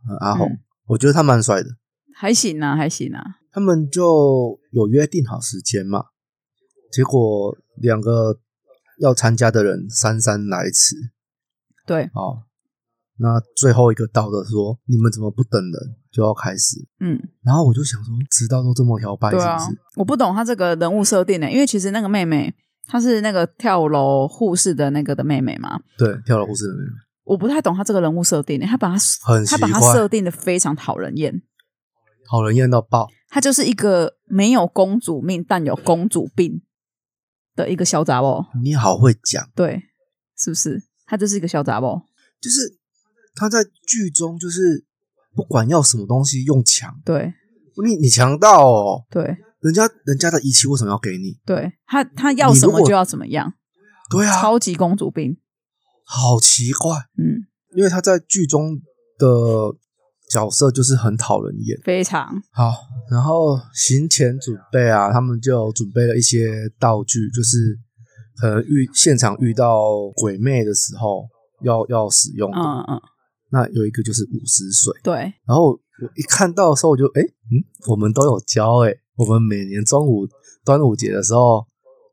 呃阿红，嗯我觉得他蛮帅的。还行啊，还行啊，他们就有约定好时间嘛，结果两个要参加的人姗姗来迟对，哦。那最后一个到的说：“你们怎么不等人就要开始嗯。？”然后我就想说，迟到都这么摇摆，是对不啊是？，我不懂他这个人物设定呢、因为其实那个妹妹她是那个跳楼护士的那个的妹妹嘛，对,、跳楼护士的妹妹我不太懂他这个人物设定、欸，他把他很奇他把怪他设定的非常讨人厌，好人厌到爆，他就是一个没有公主命但有公主病的一个小杂包，你好会讲，对，是不是？他就是一个小杂包，就是他在剧中就是不管要什么东西用抢，对你你强到哦，对人家人家的仪器为什么要给你？对，他他要你什如么果就要怎么样，对啊，超级公主病，好奇怪。嗯，因为他在剧中的角色就是很讨人厌。非常好，然后行前准备啊，他们就准备了一些道具，就是可能遇现场遇到鬼魅的时候要要使用的。嗯嗯，那有一个就是五十水，对，然后我一看到的时候我就哎、诶嗯，我们都有教哎、诶我们每年中午端午节的时候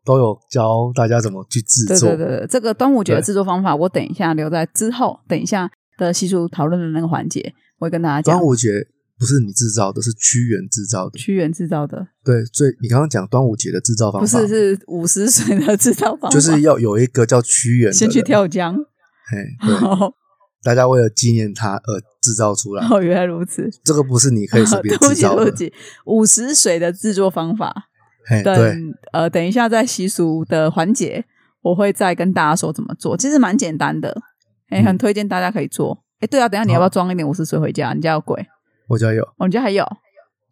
都有教大家怎么去制对作。对对对，这个端午节的对制作方法，我等一下留在之后，等一下的习俗讨论的那个环节，我会跟大家讲端午节不是你制造的，是屈原制造的。屈原制造的，对，所以你刚刚讲端午节的制造方法，不是是五十岁的制造方法，就是要有一个叫屈原的人先去，跳江。 <laughs> 嘿，对，哦，大家为了纪念他而制造出 <laughs> 来，哦原来如此。这个不是你可以随 <laughs> 便对不制起，对造的不，起，五十水的制作方法，嘿，对，等呃等一下在习俗的环节，我会再跟大家说怎么做，其实蛮简单的，哎、嗯很推荐大家可以做。哎，对啊，等一下你要不要装一点五十水回家？你家有鬼？我家有我、哦、你家还有？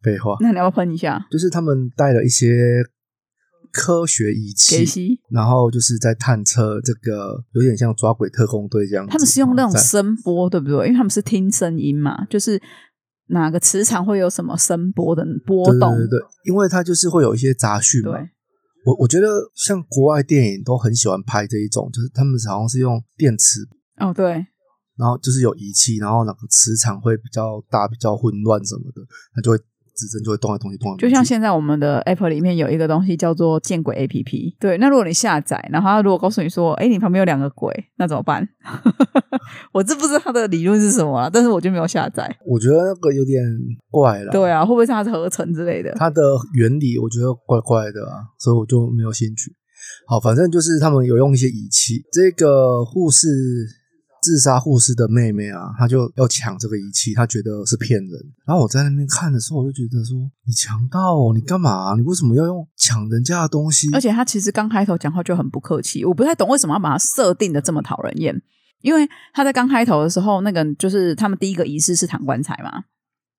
废话，那你要不要喷一下？就是他们带了一些科学仪给器，吸？然后就是在探测这个，有点像抓鬼特工队这样子。他们是用那种在声波，对不对？因为他们是听声音嘛，就是哪个磁场会有什么声波的波对对动，对对，因为它就是会有一些杂讯嘛对。我我觉得像国外电影都很喜欢拍这一种，就是他们好像是用电磁哦对，然后就是有仪器，然后哪个磁场会比较大、比较混乱什么的，它就会指针就会动来动去、动来动去。就像现在我们的 App 里面有一个东西叫做“见鬼 APP”，对。那如果你下载，然后他如果告诉你说：“哎，你旁边有两个鬼”，那怎么办？ <laughs> 我这不知道他的理论是什么啊，但是我就没有下载。我觉得那个有点怪了，对啊，会不会是它是合成之类的？它的原理我觉得怪怪的啊，所以我就没有兴趣。好，反正就是他们有用一些仪器，这个护士自杀护士的妹妹啊，她就要抢这个仪器，她觉得是骗人。然后我在那边看的时候，我就觉得说，你强盗、哦，你干嘛、你为什么要用抢人家的东西？而且他其实刚开头讲话就很不客气，我不太懂为什么要把它设定的这么讨人厌。因为他在刚开头的时候，那个就是他们第一个仪式是躺棺材嘛，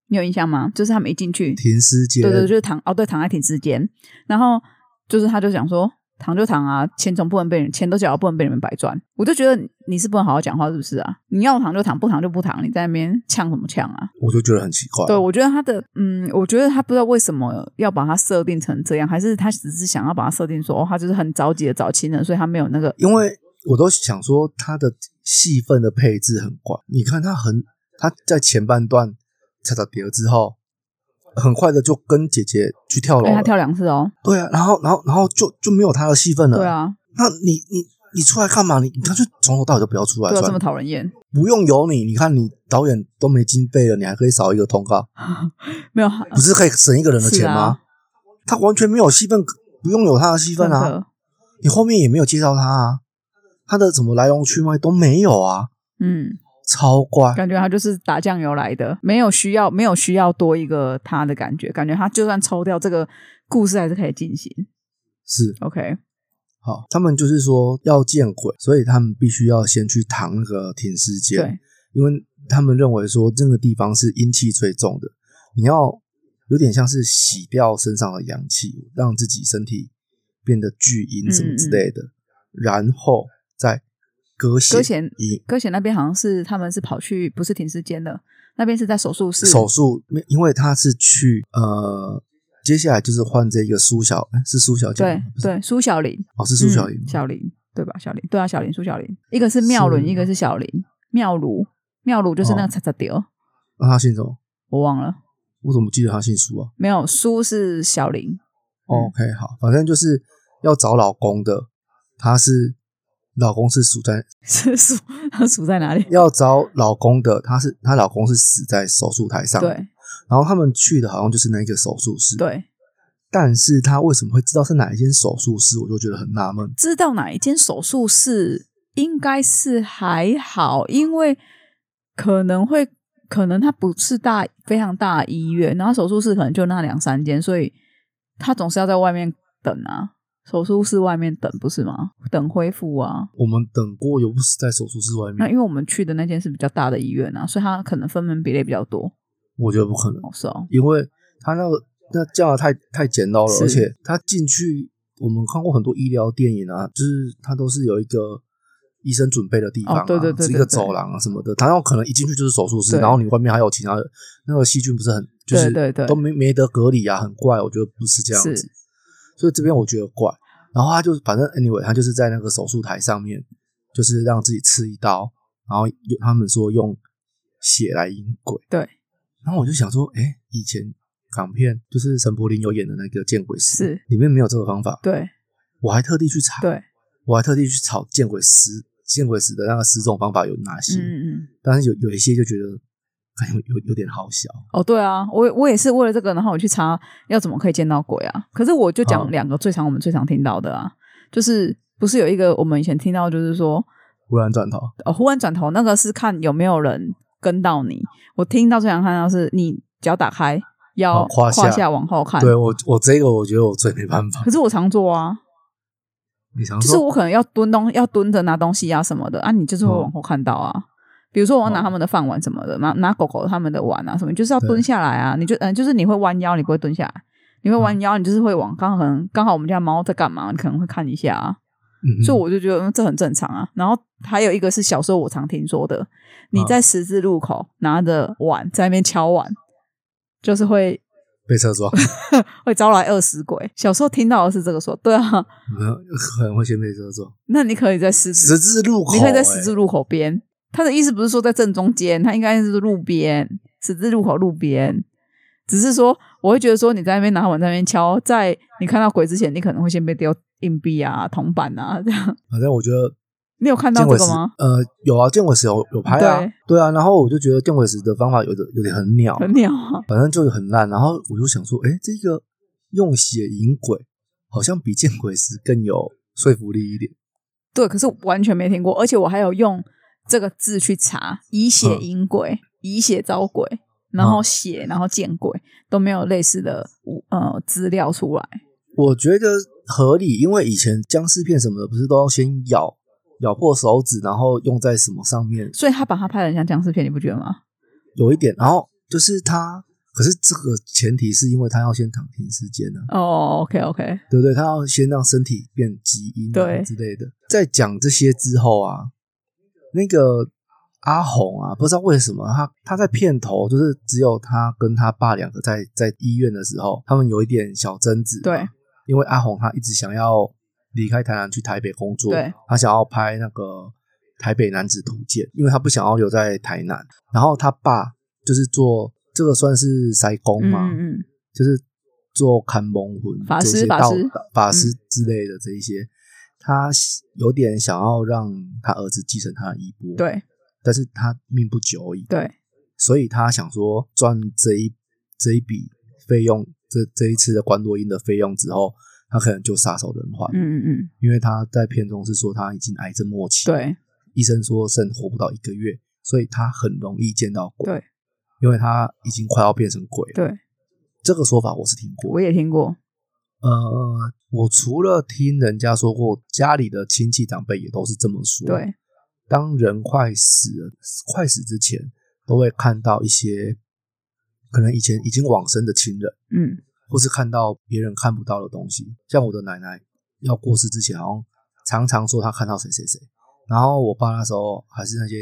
你有印象吗？就是他们一进去，停尸街，对对，就是躺哦，对，躺在挺之间。然后就是他就想说，躺就躺啊，钱总不能被人钱都缴了，不能被你们白赚。我就觉得你是不能好好讲话，是不是啊？你要躺就躺，不躺就不躺，你在那边呛什么呛啊？我就觉得很奇怪。对，我觉得他的嗯，我觉得他不知道为什么要把它设定成这样，还是他只是想要把它设定说，哦，他就是很着急的找亲人，所以他没有那个因为我都想说他的戏份的配置很怪。你看他很他在前半段踩到碟之后，很快的就跟姐姐去跳楼哎，他了。跳两次哦，对啊，然后然后然后就就没有他的戏份了。对，啊，那你你你出来干嘛？你你干脆从头到尾都不要出来对啊，这算了，么讨人厌。不用有你。你看你导演都没经费了，你还可以少一个通告，没有，不是可以省一个人的钱啊吗？他完全没有戏份，不用有他的戏真份啊。的，你后面也没有介绍他啊，他的怎么来龙去脉都没有啊，嗯，超怪。 <laughs> 感觉他就是打酱油来的，没有需要，没有需要多一个他的感觉，感觉他就算抽掉这个故事还是可以进行。是 OK，好，他们就是说要见鬼，所以他们必须要先去躺那个停尸间对，，因为他们认为说这个地方是阴气最重的，你要有点像是洗掉身上的阳气，让自己身体变得巨阴什么之类嗯的，然后再割血，搁浅以搁浅那边好像是他们是跑去不是停尸间的，那边是在手术室。手术，因为他是去呃，接下来就是换这个苏小，诶是苏小姐对吗，不是对，苏小林，哦，是苏小林嗯吗，小林对吧？小林对啊，小林苏小林，一个是妙伦，是一个是小林妙如，妙如就是那个哦擦擦丢，那啊他姓什么？我忘了，我怎么记得他姓苏啊、没有苏是小林， <laughs> 嗯 o k 好，反正就是要找老公的，他是老公是死在是苏，他苏在哪里？要找老公的，他是她老公是死在手术台上，。对然后他们去的好像就是那个手术室，。对，但是他为什么会知道是哪一间手术室，我就觉得很纳闷。知道哪一间手术室应该是还好，因为可能会可能它不是大非常大的医院，然后手术室可能就那两三间，所以他总是要在外面等啊，手术室外面等不是吗？等恢复啊。我们等过又不是在手术室外那面，因为我们去的那间是比较大的医院啊，所以它可能分门别类比较多。我觉得不可能。哦，是哦，因为他那个那叫的太太简陋了，是而且他进去，我们看过很多医疗电影啊，就是他都是有一个医生准备的地方、啊哦对对对是一个对对走廊啊什么的，然后可能一进去就是手术室，对然后你外面还有其他的那个细菌，不是很就是对对对都没没得隔离啊，很怪，我觉得不是这样子是，所以这边我觉得怪。然后他就反正 anyway，他就是在那个手术台上面，就是让自己刺一刀，然后用他们说用血来引鬼，对，然后我就想说，哎，以前港片就是陈柏霖有演的那个《见鬼师》，是里面没有这个方法，对我还特地去查，对，我还特地去找见鬼师、见鬼师的那个十种方法有哪些，嗯嗯，但是有有一些就觉得哎有有有点好笑，哦，对啊，我也我也是为了这个，然后我去查要怎么可以见到鬼啊。可是我就哦讲两个最常我们最常听到的啊，就是不是有一个我们以前听到，就是说忽然转头，哦，忽然转头那个是看有没有人跟到你。我听到最常看到是你脚打开，要哦胯下往后看。对我我这个我觉得我最没办法可，是我常做啊，你想就是说我可能要蹲东，要蹲着拿东西啊什么的啊，你就是会往嗯后看到啊。比如说我要拿他们的饭碗什么的，拿拿狗狗他们的碗啊什么，你就是要哦对蹲下来啊。你就嗯、就是你会弯腰，你不会蹲下来。你会嗯弯腰，你就是会往刚好可能刚好我们家猫在干嘛，你可能会看一下啊。嗯所以我就觉得、嗯、这很正常啊。然后还有一个是小时候我常听说的，嗯你在十字路口拿着碗在那边敲碗，就是会 <laughs> 被车撞， <laughs> 会招来饿死鬼。小时候听到的是这个说，对啊，没有可能会先被车撞，那你可以在十字十字路口、你可以在哎十字路口边。他的意思不是说在正中间，他应该是路边，十字路口路边。只是说，我会觉得说你在那边拿碗在那边敲，在你看到鬼之前，你可能会先被丢硬币啊、铜板啊这样。反正我觉得你有看到见这鬼个时吗？呃，有啊，见鬼时有有拍啊，对对啊，然后我就觉得见鬼时的方法有的有点很鸟，很鸟啊！反正就很烂。然后我就想说，哎，这个用血引鬼好像比见鬼时更有说服力一点。对，可是完全没听过，而且我还有用这个字去查“以血嗯引鬼”“以血招鬼”，然后嗯“血”然后“见鬼”都没有类似的呃资料出来。我觉得合理，因为以前僵尸片什么的不是都要先咬咬破手指，然后用在什么上面，所以他把它拍的像僵尸片，你不觉得吗？有一点，然后就是他。可是这个前提是因为他要先躺平时间呢、啊，哦、o k OK，对不对？他要先让身体变基因、啊、对之类的。在讲这些之后啊，那个阿红啊，不知道为什么他他在片头就是只有他跟他爸两个在在医院的时候，他们有一点小争执。对，因为阿红她一直想要离开台南去台北工作，对，她想要拍那个《台北男子图鉴》，因为她不想要留在台南。然后她爸就是做这个算是筛工嗯嘛，嗯嗯，就是做看蒙魂法师这些法道师嗯法师之类的这一些，他有点想要让他儿子继承他的衣钵，，对但是他命不久矣，对，所以他想说赚这一这一笔费用，这这一次的关洛音的费用之后，他可能就撒手人寰，嗯嗯嗯，因为他在片中是说他已经癌症末期，，对医生说剩活不到一个月，所以他很容易见到鬼，对，因为他已经快要变成鬼了。对，这个说法我是听过，我也听过，呃，我除了听人家说过，家里的亲戚长辈也都是这么说。，对当人快死了，快死之前，都会看到一些可能以前已经往生的亲人，嗯，或是看到别人看不到的东西。像我的奶奶要过世之前，好像常常说她看到谁谁谁。然后我爸那时候还是那些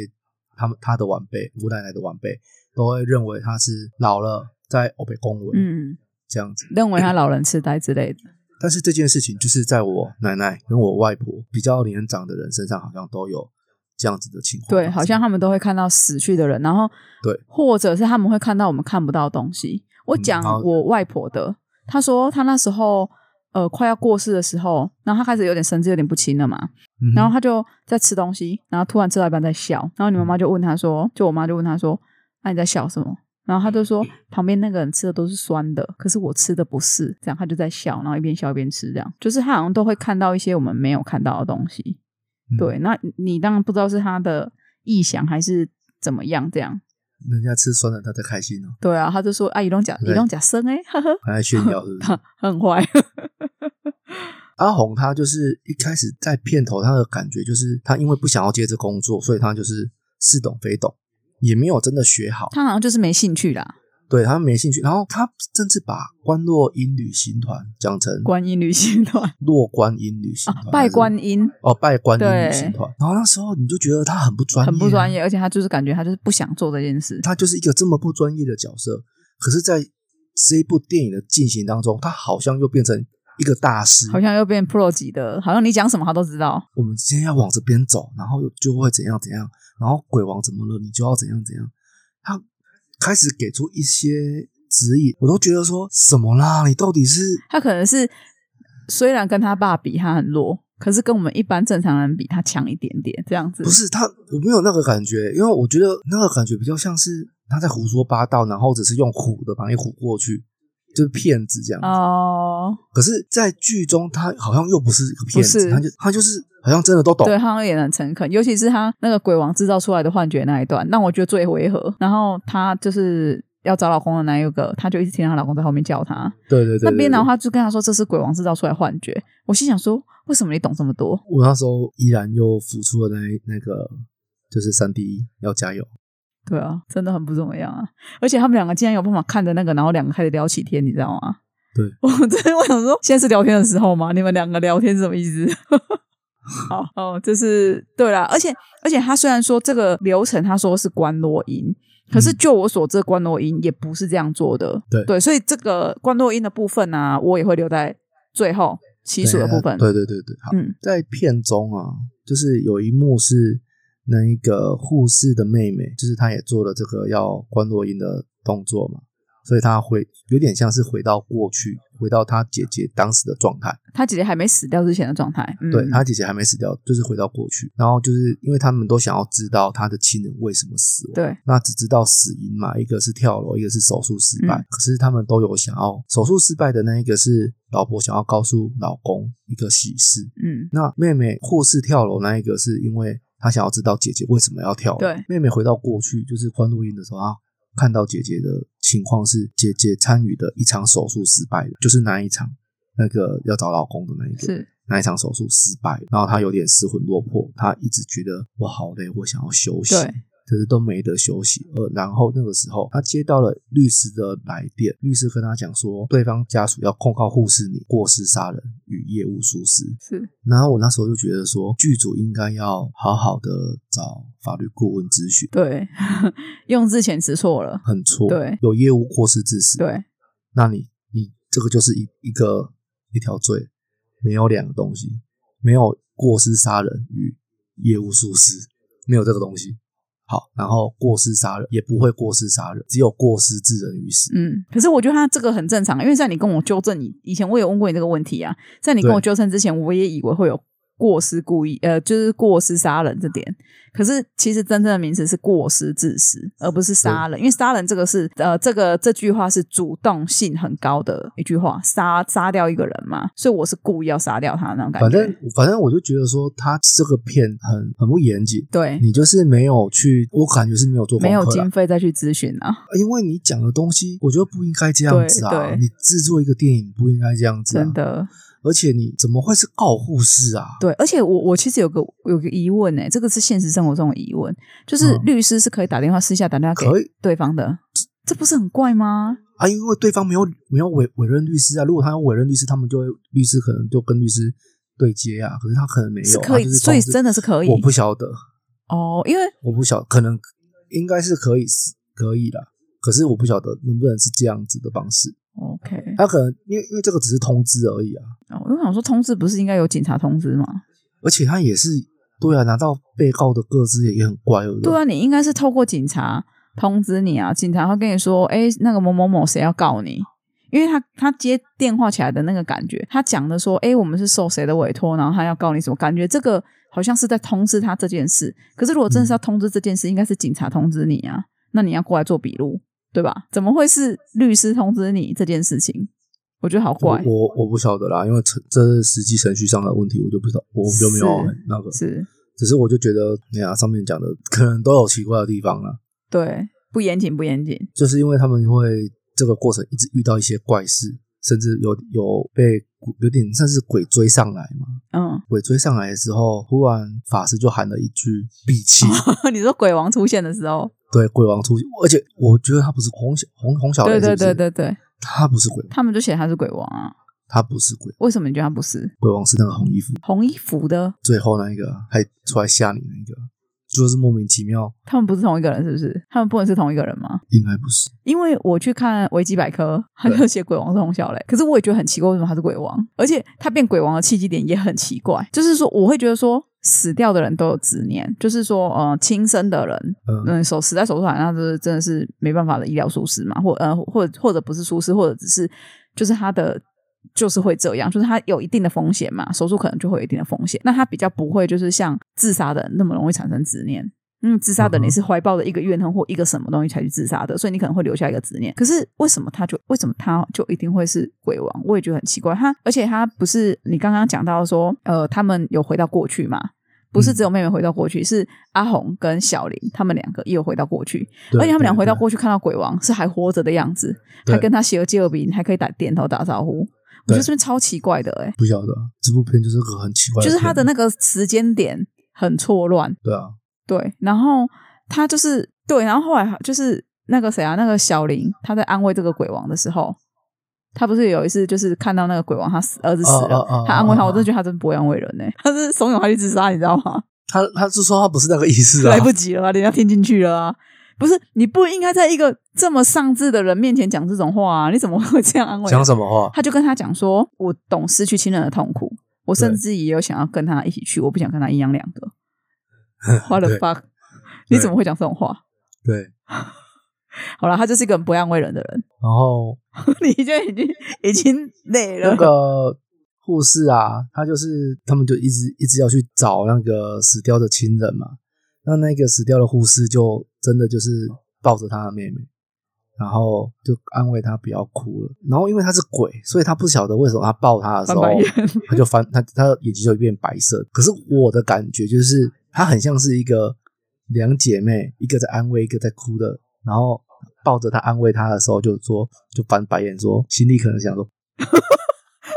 他们他的晚辈，我奶奶的晚辈，都会认为她是老了，在欧北恭维、嗯嗯，这样子。认为他老人痴呆 <coughs> 之类的，但是这件事情就是在我奶奶跟我外婆比较年长的人身上，好像都有这样子的情况发对，生。好像他们都会看到死去的人，然后对，或者是他们会看到我们看不到的东西。我嗯讲然后我外婆的，她说她那时候呃快要过世的时候，然后她开始有点神志有点不清了嘛，嗯哼，然后他就在吃东西，然后突然吃到一半在笑，然后你妈嗯妈就问他说，就我妈就问他说，啊那、你在笑什么？然后他就嗯说旁边那个人吃的都是酸的，可是我吃的不是，这样他就在笑，然后一边笑一边吃，这样就是他好像都会看到一些我们没有看到的东西。嗯对，那你当然不知道是他的臆想还是怎么样，这样人家吃酸了，他在开心哦，对啊，他就说啊，你弄假你对弄假生哎，呵呵，还在炫耀， <laughs> 是不是？很坏，阿红她就是一开始在片头，她的感觉就是她因为不想要接这工作，所以她就是似懂非懂，也没有真的学好。他好像就是没兴趣啦。对他没兴趣。然后他甚至把观落阴旅行团讲成观音旅行 <laughs> 团落观音旅行啊团，，拜观还是音哦拜观音对旅行团。然后那时候你就觉得他很不专业，啊很不专业，业，而且他就是感觉他就是不想做这件事。他就是一个这么不专业的角色。可是，在这一部电影的进行当中，他好像又变成一个大师，好像又变 pro 级的，好像你讲什么他都知道。我们今天要往这边走，然后就会怎样怎样，然后鬼王怎么了，你就要怎样怎样。他开始给出一些指引，我都觉得说什么啦，你到底是他可能是虽然跟他爸比他很弱，可是跟我们一般正常人比他强一点点，这样子。不是他？我没有那个感觉，因为我觉得那个感觉比较像是他在胡说八道，然后只是用唬的把你唬过去，就是骗子这样子。哦，可是，在剧中他好像又不是一个骗不子，是他就他就是好像真的都懂，对，他好像也很诚恳，尤其是他那个鬼王制造出来的幻觉那一段，让我觉得最违和。然后他就是要找老公的那一个，他就一直听她老公在后面叫她。对对对对那边对的话就跟他说这是鬼王制造出来的幻觉，我心想说为什么你懂这么多？我那时候依然又付出了那那个就是三 D 要加油。对啊，真的很不怎么样啊！而且他们两个竟然有办法看着那个，然后两个开始聊起天，你知道吗？对， <laughs> 我真的我想说，现在是聊天的时候吗？你们两个聊天是什么 <laughs> 意思？好哦，这是对啦，而且而且他虽然说这个流程他说是关落音，可是嗯就我所知，关落音也不是这样做的。对对，所以这个关落音的部分呢、啊，我也会留在最后习俗的部分。对对对对，好，嗯在片中啊，就是有一幕是那一个护士的妹妹，就是她也做了这个要关落音的动作嘛，所以她回有点像是回到过去，回到她姐姐当时的状态。他姐姐还没死掉之前的状态。嗯、对她姐姐还没死掉，就是回到过去，然后就是因为他们都想要知道她的亲人为什么死亡。对那只知道死因嘛，一个是跳楼，一个是手术失败。嗯可是他们都有想要手术失败的那一个是老婆想要告诉老公一个喜事，嗯，那妹妹护士跳楼那一个是因为她想要知道姐姐为什么要跳楼。对，妹妹回到过去，就是关录音的时候，她看到姐姐的情况是姐姐参与的一场手术失败的，就是那一场那个要找老公的那一个是那一场手术失败了，然后她有点失魂落魄，她一直觉得我好累，我想要休息。对。可是都没得休息。呃，然后那个时候，他接到了律师的来电，律师跟他讲说，对方家属要控告护士你过失杀人与业务疏失。是然后我那时候就觉得说，剧组应该要好好的找法律顾问咨询，对， <laughs> 用字遣词错了。很错，对有业务过失致死，，对，那你你这个就是一一个一条罪，没有两个东西，没有过失杀人与业务疏失，没有这个东西。好，然后过失杀人也不会过失杀人，只有过失致人于死。嗯，可是我觉得他这个很正常，因为在你跟我纠正你以前，我有问过你这个问题啊，在你跟对我纠正之前，我也以为会有过失故意，呃，就是过失杀人这点。可是其实真正的名词是过失致死，而不是杀人，因为杀人这个是呃，这个这句话是主动性很高的一句话，杀杀掉一个人嘛，所以我是故意要杀掉他那种感觉。反正反正我就觉得说，他这个片很很不严谨，对，你就是没有去，我感觉是没有做功没有课啦经费再去咨询啊，因为你讲的东西，我觉得不应该这样子啊！对对你制作一个电影不应该这样子、啊，真。的。而且你怎么会是告护士啊？对，而且我我其实有个有个疑问欸呢、这个是现实生活中的疑问，就是嗯律师是可以打电话私下打电话给可以对方的，这不是很怪吗？啊，因为对方没有没有委委任律师啊。如果他有委任律师，他们就会律师可能就跟律师对接啊。可是他可能没有、啊，是可以，他就是所以通知真的是可以我不晓得，哦，因为我不晓，可能应该是可以是可以啦。可是我不晓得能不能是这样子的方式。 OK，他可能因为因为这个只是通知而已啊，哦因为我想说通知不是应该有警察通知吗？而且他也是对啊，拿到被告的个资也很怪，对不对啊，你应该是透过警察通知你啊，警察会跟你说，哎，那个某某某谁要告你。因为他他接电话起来的那个感觉，他讲的说，哎，我们是受谁的委托，然后他要告你什么？感觉这个好像是在通知他这件事。可是如果真的嗯是要通知这件事，应该是警察通知你啊，那你要过来做笔录，对吧？怎么会是律师通知你这件事情？我觉得好怪，我我我不晓得啦，因为程这是实际程序上的问题，我就不知道，我就没有是那个，是只是我就觉得，哎呀，上面讲的可能都有奇怪的地方啊啦，对，不严谨，不严谨。就是因为他们会这个过程一直遇到一些怪事，甚至有有被有点像是鬼追上来嘛，嗯， <laughs> 鬼追 <laughs> 上来之后，忽然法师就喊了一句“闭气”，你说鬼王出现的时候，对鬼王出现，而且我觉得他不是红小红红小对雷，对对，对对，他不是鬼王，他们就写他是鬼王啊。他不是鬼王，为什么你觉得他不是鬼王是那个红衣服红衣服的？最后那一个还出来吓你那个，就是莫名其妙，他们不是同一个人，是不是？他们不能是同一个人吗？应该不是，因为我去看维基百科，他就对写鬼王是红小雷，可是我也觉得很奇怪，为什么他是鬼王？而且他变鬼王的契机点也很奇怪，就是说我会觉得说死掉的人都有执念，就是说呃亲生的人，嗯，嗯，手死在手术台上，就是真的是没办法的医疗疏失嘛，或呃或或者不是疏失，或者只是就是他的。就是会这样，就是他有一定的风险嘛，手术可能就会有一定的风险。那他比较不会就是像自杀的人那么容易产生执念，嗯，自杀的嗯哼你是怀抱着一个怨恨或一个什么东西才去自杀的，所以你可能会留下一个执念。可是为什么他就为什么他就一定会是鬼王？我也觉得很奇怪。他而且他不是你刚刚讲到说，呃，他们有回到过去嘛？不嗯是只有妹妹回到过去，是阿红跟小林他们两个也有回到过去，对而且他们俩对回到对过去看到鬼王是还活着的样子，对还跟他邪恶借鼻，还可以打点头打招呼，我觉得这边超奇怪的哎、不晓得啊这部片就是个很奇怪，就是他的那那个时间点很错乱，对啊，对，然后他就是对，然后后来就是那个谁啊，那个小林他在安慰这个鬼王的时候，他不是有一次就是看到那个鬼王他死儿子死了，哦哦哦他安慰他，哦哦我真的觉得他真不会安慰人呢、他是怂恿他去自杀，你知道吗？他他是说他不是那个意思啊 <laughs> 来，不及了啊，人家听进去了啊！不是，你不应该在一个这么上智的人面前讲这种话啊！你怎么会这样安慰？讲什么 <laughs> 话？他就跟他讲说：“我懂失去亲人的痛苦，我甚至也有想要跟他一起去，我不想跟他一样两 <laughs> 个。”What the 对 fuck？对你怎么会讲这种话？对，好了，他就是一个很不会安慰人的人。 <laughs> 然后你就已经已经累了那，个护士啊，她就是他们就一直一直要去找那个死掉的亲人嘛。那那个死掉的护士就真的就是抱着她的妹妹，然后就安慰她不要哭了。然后因为她是鬼，所以她不晓得为什么她抱她的时翻候白，眼。她就翻她她的眼睛就会变白色。可是我的感觉就是，她很像是一个两姐妹，一个在安慰，一个在哭的，然后。抱着她安慰她的时候，就说就翻白眼说，心里可能想说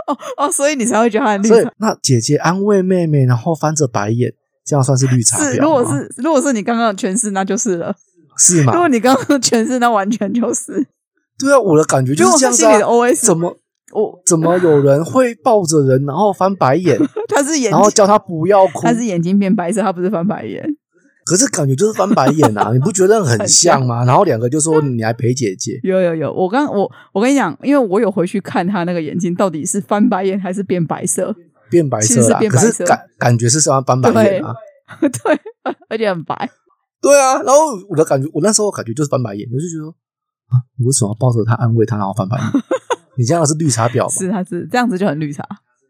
哦哦，所以你才会觉得他很绿所以茶。那姐姐安慰妹妹，然后翻着白眼，这样算是绿茶婊吗是，如果是如果是你刚刚的诠释，那就是了。是吗如？果你刚刚的诠释，那完全就是。对啊，我的感觉就是如这果是样子心啊、里的 OS，怎么我怎么有人会抱着人，然后翻白眼，他 <laughs> 是眼然后睛，叫她不要哭？他是眼睛变白色，他不是翻白眼。可是感觉就是翻白眼 <laughs> 啊，你不觉得很像吗？然后两个就说你来陪姐姐，有有有，我刚我我跟你讲，因为我有回去看他那个眼睛到底是翻白眼还是变白色， <laughs> 变白其实色是啦。变可白色是感感觉是什么翻白眼啊？对，而且很白。对啊，然后我的感觉，我那时候感觉就是翻白眼，我就觉得啊，你为什么要抱着她安慰她，然后翻 <laughs> 白眼？你这样是绿茶婊吧？是他是这样子就很绿茶，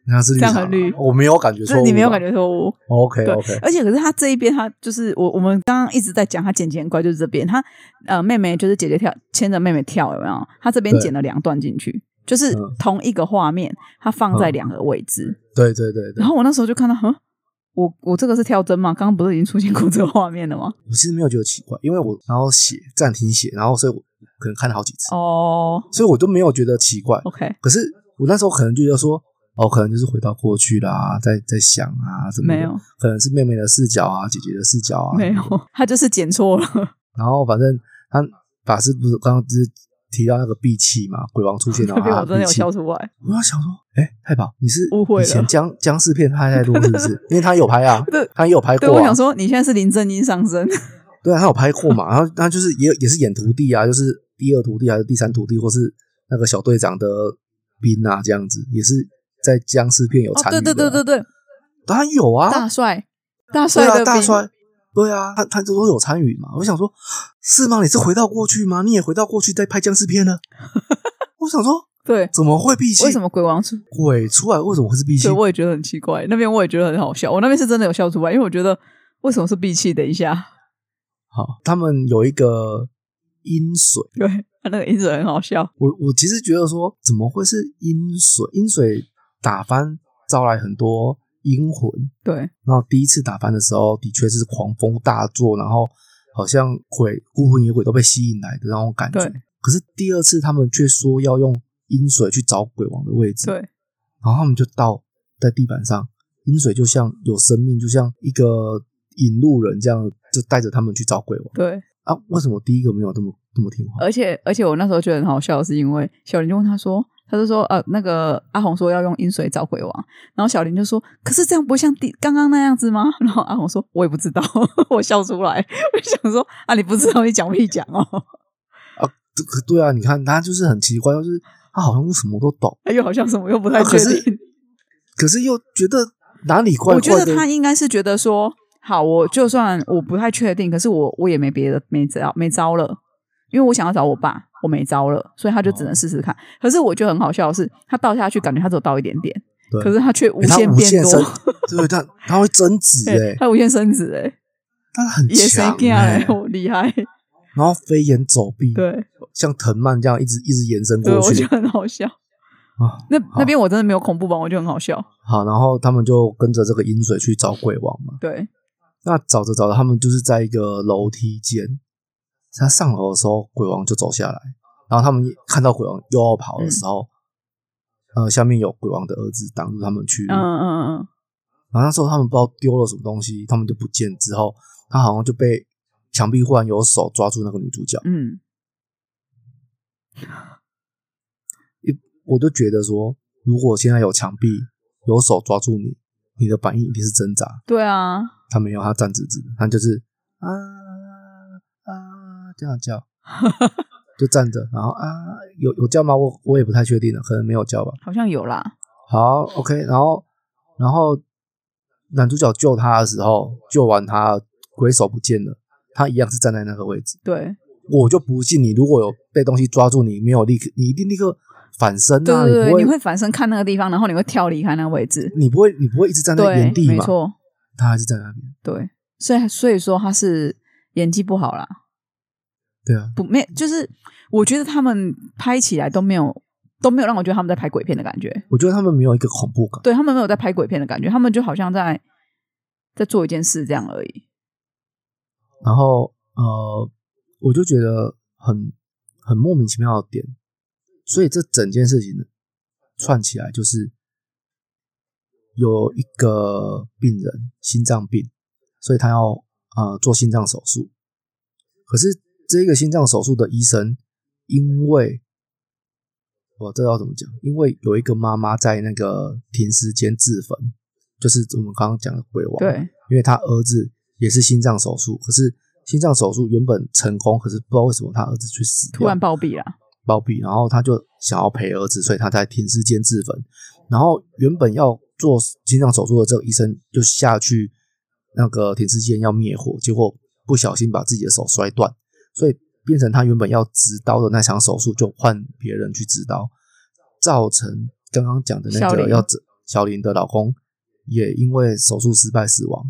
你这样是绿这茶吗，样很绿我没有感觉错这误，你没有感觉错误。 ？OK 对 OK，而且可是他这一边，他就是我我们刚刚一直在讲他剪辑很怪，就是这边他呃妹妹就是姐姐跳牵着妹妹跳有没有？他这边对剪了两段进去，就是嗯同一个画面，他放在嗯两个位置。对对对对然，后我那时候就看到，哼，我我这个是跳针吗？刚刚不是已经出现过这个画面了吗？我其实没有觉得奇怪，因为我然后写暂停写，然后所以我可能看了好几次，哦、所以我都没有觉得奇怪。 o k 可是我那时候可能就觉得说，哦，可能就是回到过去啦，在在想啊，怎么的没有，可能是妹妹的视角啊，姐姐的视角啊，没有， <laughs> 他就是剪错 <laughs> 了，然后反正他法师不是刚刚只是提到那个闭气嘛，鬼王出现 <laughs> 了，这边啊，我真的有闭气笑出来。我要想说，哎、太保，你是误会了以前僵僵尸片拍太多是不是？因为他有拍啊对，他也有拍过、对，啊。我想说你现在是林正英上身，对啊，他有拍过嘛，然后他就是也也是演徒弟啊，就是第二徒弟还是第三徒弟，或是那个小队长的兵啊，这样子也是在僵尸片有哦，参与、对的。对对对对，当然有啊大，帅，大对帅啊，的大兵帅，对啊，他他都有参与嘛。我想说，是吗？你是回到过去吗？你也回到过去在拍僵尸片呢？ <laughs> 我想说，对，怎么会闭气？为什么鬼王出？鬼出来为什么会是闭气对，？我也觉得很奇怪，那边我也觉得很好笑，我那边是真的有笑出来，因为我觉得为什么是闭气？等一下， <laughs> 好，他们有一个阴水。对，他那个音色很好笑，我我其实觉得说，怎么会是阴水？阴水打翻招来很多阴魂。对，然后第一次打翻的时候，的确是狂风大作，然后好像鬼孤魂野鬼都被吸引来的那种感觉对。可是第二次他们却说要用阴水去找鬼王的位置，对，然后他们就倒在地板上，阴水就像有生命，就像一个引路人这样，就带着他们去找鬼王。对，啊，为什么第一个没有这么这么听话？而且而且我那时候觉得很好笑，是因为小林就问他说，他就说呃，那个阿红说要用阴水找鬼王，然后小林就说，可是这样不会像第刚刚那样子吗？ <laughs> 然后阿红说，我也不知道， <laughs> 我笑出来， <laughs> 我就想说啊，你不知道你讲屁讲哦， <laughs> 这个对啊，你看他就是很奇怪，就是他好像什么都懂，又好像什么又不太啊可确是定。可是又觉得哪里怪我觉怪得的。他应该是觉得说，好，我就算我不太确定，可是我我也没别的没招没招了，因为我想要找我爸，我没招了，所以他就只能试试看。可是我觉得很好笑的是，他倒下去感觉他只有倒一点点，对可是他却无欸他限无变限多升，，对，他他会增值对，哎，他无限升值哎、他很也谁强干哎哎，，我厉害，然后飞檐走壁，对像藤蔓这样一直一直延伸对，过我去觉得很好笑。啊。那那边我真的没有恐怖版，我觉得很好笑。好，然后他们就跟着这个阴水去找鬼王嘛。对，那找着找着，他们就是在一个楼梯间，他上楼的时候，鬼王就走下来，然后他们看到鬼王又要跑嗯的时候，呃，下面有鬼王的儿子挡住他们去路嗯嗯嗯嗯，然后那时候他们不知道丢了什么东西，他们就不见。之后他好像就被墙壁忽然有手抓住那个女主角，嗯，我就觉得说，如果现在有墙壁有手抓住你，你的反应一定是挣扎。对啊，他没有，他站直直的，他就是啊啊这样叫，就站着，然后啊有有叫吗？我我也不太确定了，可能没有叫吧。好像有啦。好，OK，然后然后男主角救他的时候，救完他鬼手不见了，他一样是站在那个位置。对我就不信你，如果有被东西抓住你，没有立刻，你一定立刻反身对啊！对不对，会你，会反身看那个地方，然后你会跳离开那个位置。你不会，你不会一直站在对原，地没嘛？错，他还是在那边。对，所以所以说他是演技不好啦，对啊，不没就是我觉得他们拍起来都没有都没有让我觉得他们在拍鬼片的感觉，我觉得他们没有一个恐怖感。对他们没有在拍鬼片的感觉，他们就好像在在做一件事这样而已。然后呃，我就觉得很很莫名其妙的点，所以这整件事情呢串起来就是有一个病人心脏病，所以他要呃做心脏手术，可是这个心脏手术的医生因为我这要怎么讲？因为有一个妈妈在那个停尸间自焚，就是我们刚刚讲的鬼王。对，因为他儿子也是心脏手术，可是心脏手术原本成功，可是不知道为什么他儿子去死掉，突然暴毙啦，暴毙，然后他就想要陪儿子，所以他在停尸间自焚。然后原本要做心脏手术的这个医生就下去那个停尸间要灭火，结果不小心把自己的手摔断，所以变成他原本要执刀的那场手术就换别人去执刀，造成刚刚讲的那小个林要执小林的老公也因为手术失败死亡。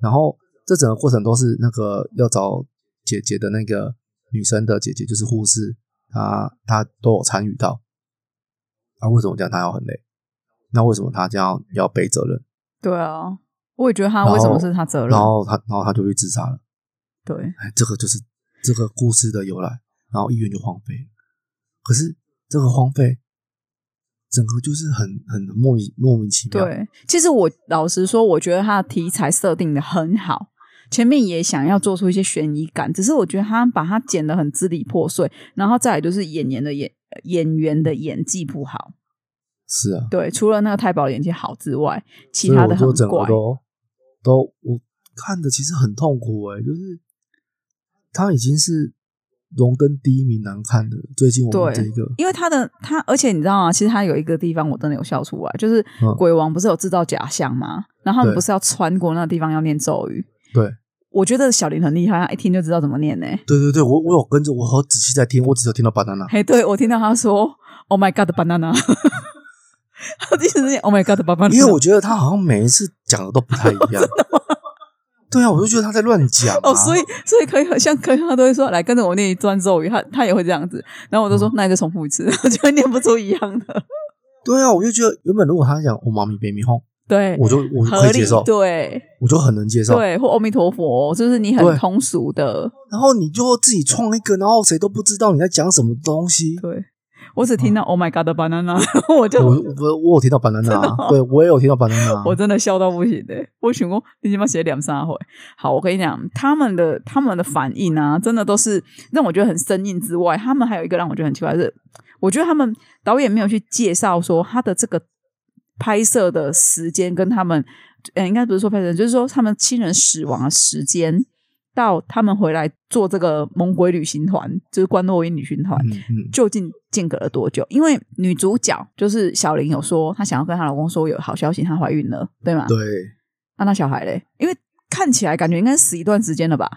然后这整个过程都是那个要找姐姐的那个女生的姐姐，就是护士，她她都有参与到。那为什么这样她要很累？那为什么她这样要背责任？对啊，我也觉得他然后为什么是他责任然？后她然后她就去自杀了。对，哎，这个就是这个故事的由来。然后医院就荒废了，可是这个荒废，整个就是很很莫名莫名其妙。对，其实我老实说，我觉得他的题材设定的很好，前面也想要做出一些悬疑感，只是我觉得他把它剪得很支离破碎，然后再来就是演员的演呃演员的演技不好，是啊，对，除了那个太保的演技好之外，其所以他我的就整个很怪。都都我看的其实很痛苦哎、就是他已经是荣登第一名难看的，最近我们这对一个因为他的他，而且你知道吗？其实他有一个地方我真的有笑出来，就是嗯鬼王不是有制造假象吗？然后他们对不是要穿过那个地方要念咒语？对我觉得小林很厉害，他一听就知道怎么念呢、对对对，我我有跟着我好仔细在听，我只有听到 banana， <laughs> 嘿，对我听到他说 “Oh my God, banana”，他第一时间 “Oh my God, banana”，因为我觉得他好像每一次讲的都不太一样。对啊，我就觉得他在乱讲、啊、哦，所以所以可以很像可以，他都会说来跟着我念一段咒语，他他也会这样子，然后我就嗯说、那你再重复一次， <laughs> 我就会念不出一样的，对啊，我就觉得原本如果他讲我妈咪 baby 哄，对，我就我就可合以理接受，对我就很能接受。对，或阿弥陀佛，就是你对很通俗的，然后你就自己创一个，然后谁都不知道你在讲什么东西。对。我只听到 “Oh my God” 的 banana，我 <laughs> 就嗯我我我有听到 banana，、啊真的 <laughs> 哦对我也有听到 banana，啊我真的笑到不行的、我想过你起码写两三回。好，我跟你讲，他们的他们的反应啊，真的都是让我觉得很生硬之外，他们还有一个让我觉得很奇怪的是，我觉得他们导演没有去介绍说他的这个拍摄的时间跟他们，呃，应该不是说拍摄，就是说他们亲人死亡的时间。到他们回来做这个猛鬼旅行团，就是关洛音旅行团，嗯嗯究竟间隔了多久？因为女主角就是小玲有说，她想要跟她老公说有好消息，她怀孕了，对吗？对，啊，那小孩嘞？因为看起来感觉应该死一段时间了吧？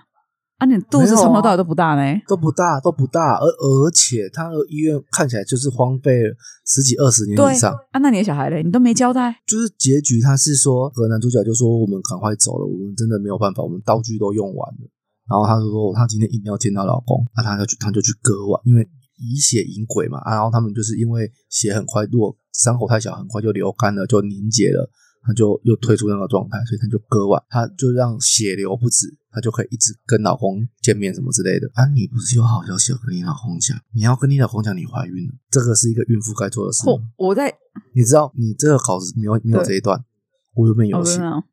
啊，你肚没子有啊从头到尾都不大呢。都不大都不大，而而且他的医院看起来就是荒废了十几二十年对以上，啊，那你的小孩嘞？你都没交代。就是结局他是说，和男主角就说我们赶快走了，我们真的没有办法，我们道具都用完了。然后他就说他今天一定要见到老公，那、他就去他就去割腕，因为以血引鬼嘛、啊然后他们就是因为血很快，如果伤口太小，很快就流干了，就凝结了。他就又退出那个状态，所以他就割腕，他就让血流不止，他就可以一直跟老公见面什么之类的。啊，你不是有好消息要跟你老公讲？你要跟你老公讲你怀孕了，这个是一个孕妇该做的事吗。我我在你知道，你这个稿子没有没有对这一段，我原本有哦，写真，的哦，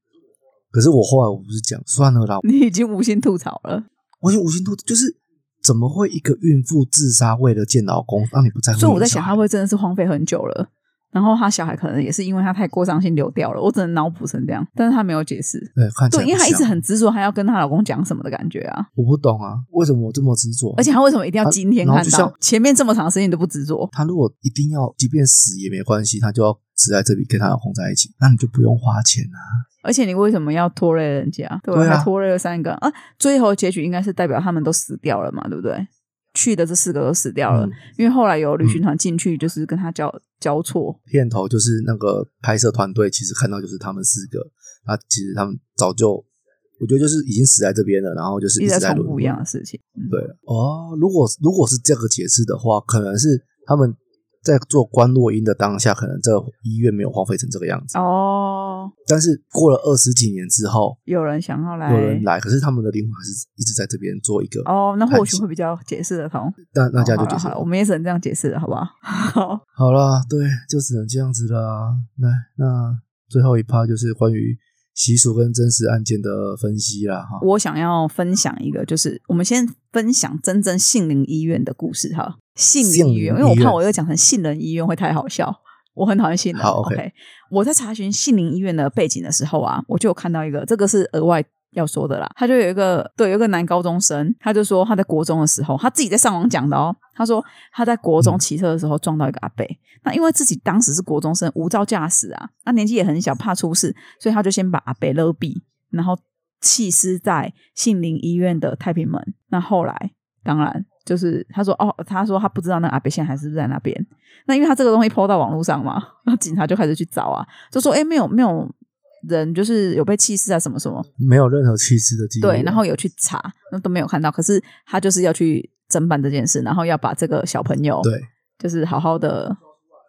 可是我后来我不是讲算了啦，你已经无心吐槽 <laughs> 了，我已经无心吐，就是怎么会一个孕妇自杀为了见老公？让你不在乎？所以我在想，她他会不会真的是荒废很久了？然后她小孩可能也是因为她太过伤心流掉了，我只能脑补成这样，但是她没有解释。对，看起来对，因为不她一直像很执着，她要跟她老公讲什么的感觉啊。我不懂啊，为什么我这么执着？而且他为什么一定要今天啊然后看就到像？前面这么长的时间你都不执着，她如果一定要，即便死也没关系，她就要死在这里跟她老公在一起，那你就不用花钱啊。而且你为什么要拖累人家？对吧？对啊还拖累了三个啊！最后结局应该是代表他们都死掉了嘛，对不对？去的这四个都死掉了，嗯因为后来有旅行团进去，就是跟他交交错。片头就是那个拍摄团队，其实看到就是他们四个，那其实他们早就。我觉得就是已经死在这边了，然后就是一直直在在重轮复回一样的事情，嗯、对哦，如果如果是这个解释的话，可能是他们在做关落音的当下，可能这个医院没有荒废成这个样子。哦，但是过了二十几年之后，有人想要来，有人来，可是他们的灵魂还是一直在这边做一个，哎哦，那或许探险会比较解释得通。那那这样就好解了释好了，了我们也只能这样解释了，好不好？好，好啦，对，就只能这样子啦。那那最后一趴就是关于习俗跟真实案件的分析啦，哈。我想要分享一个，就是我们先分享真正杏林医院的故事哈。杏林医杏林院，因为我医怕院我又讲成杏仁医院会太好笑，我很讨厌杏仁。好 OK，, ，OK 我在查询杏林医院的背景的时候啊，我就有看到一个，这个是额外。要说的啦，他就有一个对，有一个男高中生，他就说他在国中的时候，他自己在上网讲的哦。他说他在国中骑车的时候撞到一个阿伯，那因为自己当时是国中生，无照驾驶啊，那年纪也很小，怕出事，所以他就先把阿北勒毙，然后弃尸在杏林医院的太平门。那后来，当然就是他说哦，他说他不知道那个阿北现在还是不是在那边。那因为他这个东西抛到网络上嘛，那警察就开始去找啊，就说哎，诶没有没有人就是有被弃尸啊，什么什么。没有任何气质的记忆。对，然后有去查，那都没有看到。可是他就是要去侦办这件事，然后要把这个小朋友，对，就是好好的，然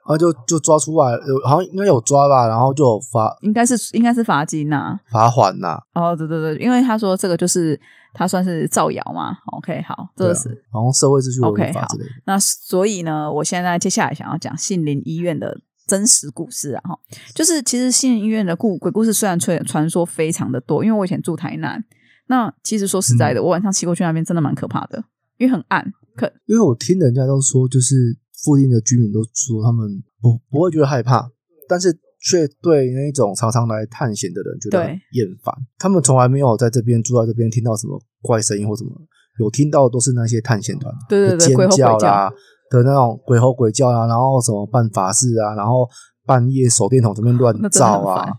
后就就抓出来，有好像应该有抓吧，然后就有罚应该是应该是罚金呐、罚款啦，哦，对对对，因为他说这个就是他算是造谣嘛。OK，好，这对个啊是、好像社会秩序维护 OK，法好之类的。那所以呢，我现在接下来想要讲杏林医院的真实故事啊，哈，就是其实杏林医院的故鬼故事虽然传传说非常的多，因为我以前住台南，那其实说实在嗯的，我晚上骑过去那边真的蛮可怕的，因为很暗，可因为我听人家都说，就是附近的居民都说他们不不会觉得害怕，但是却对那种常常来探险的人觉得对厌烦。他们从来没有在这边住在这边听到什么怪声音或什么，有听到的都是那些探险团对对的对鬼尖叫吼鬼叫啦的那种鬼吼鬼叫啦，然后什么办法事啊，然后半夜手电筒这边乱 <laughs> 那真的照很烦啊，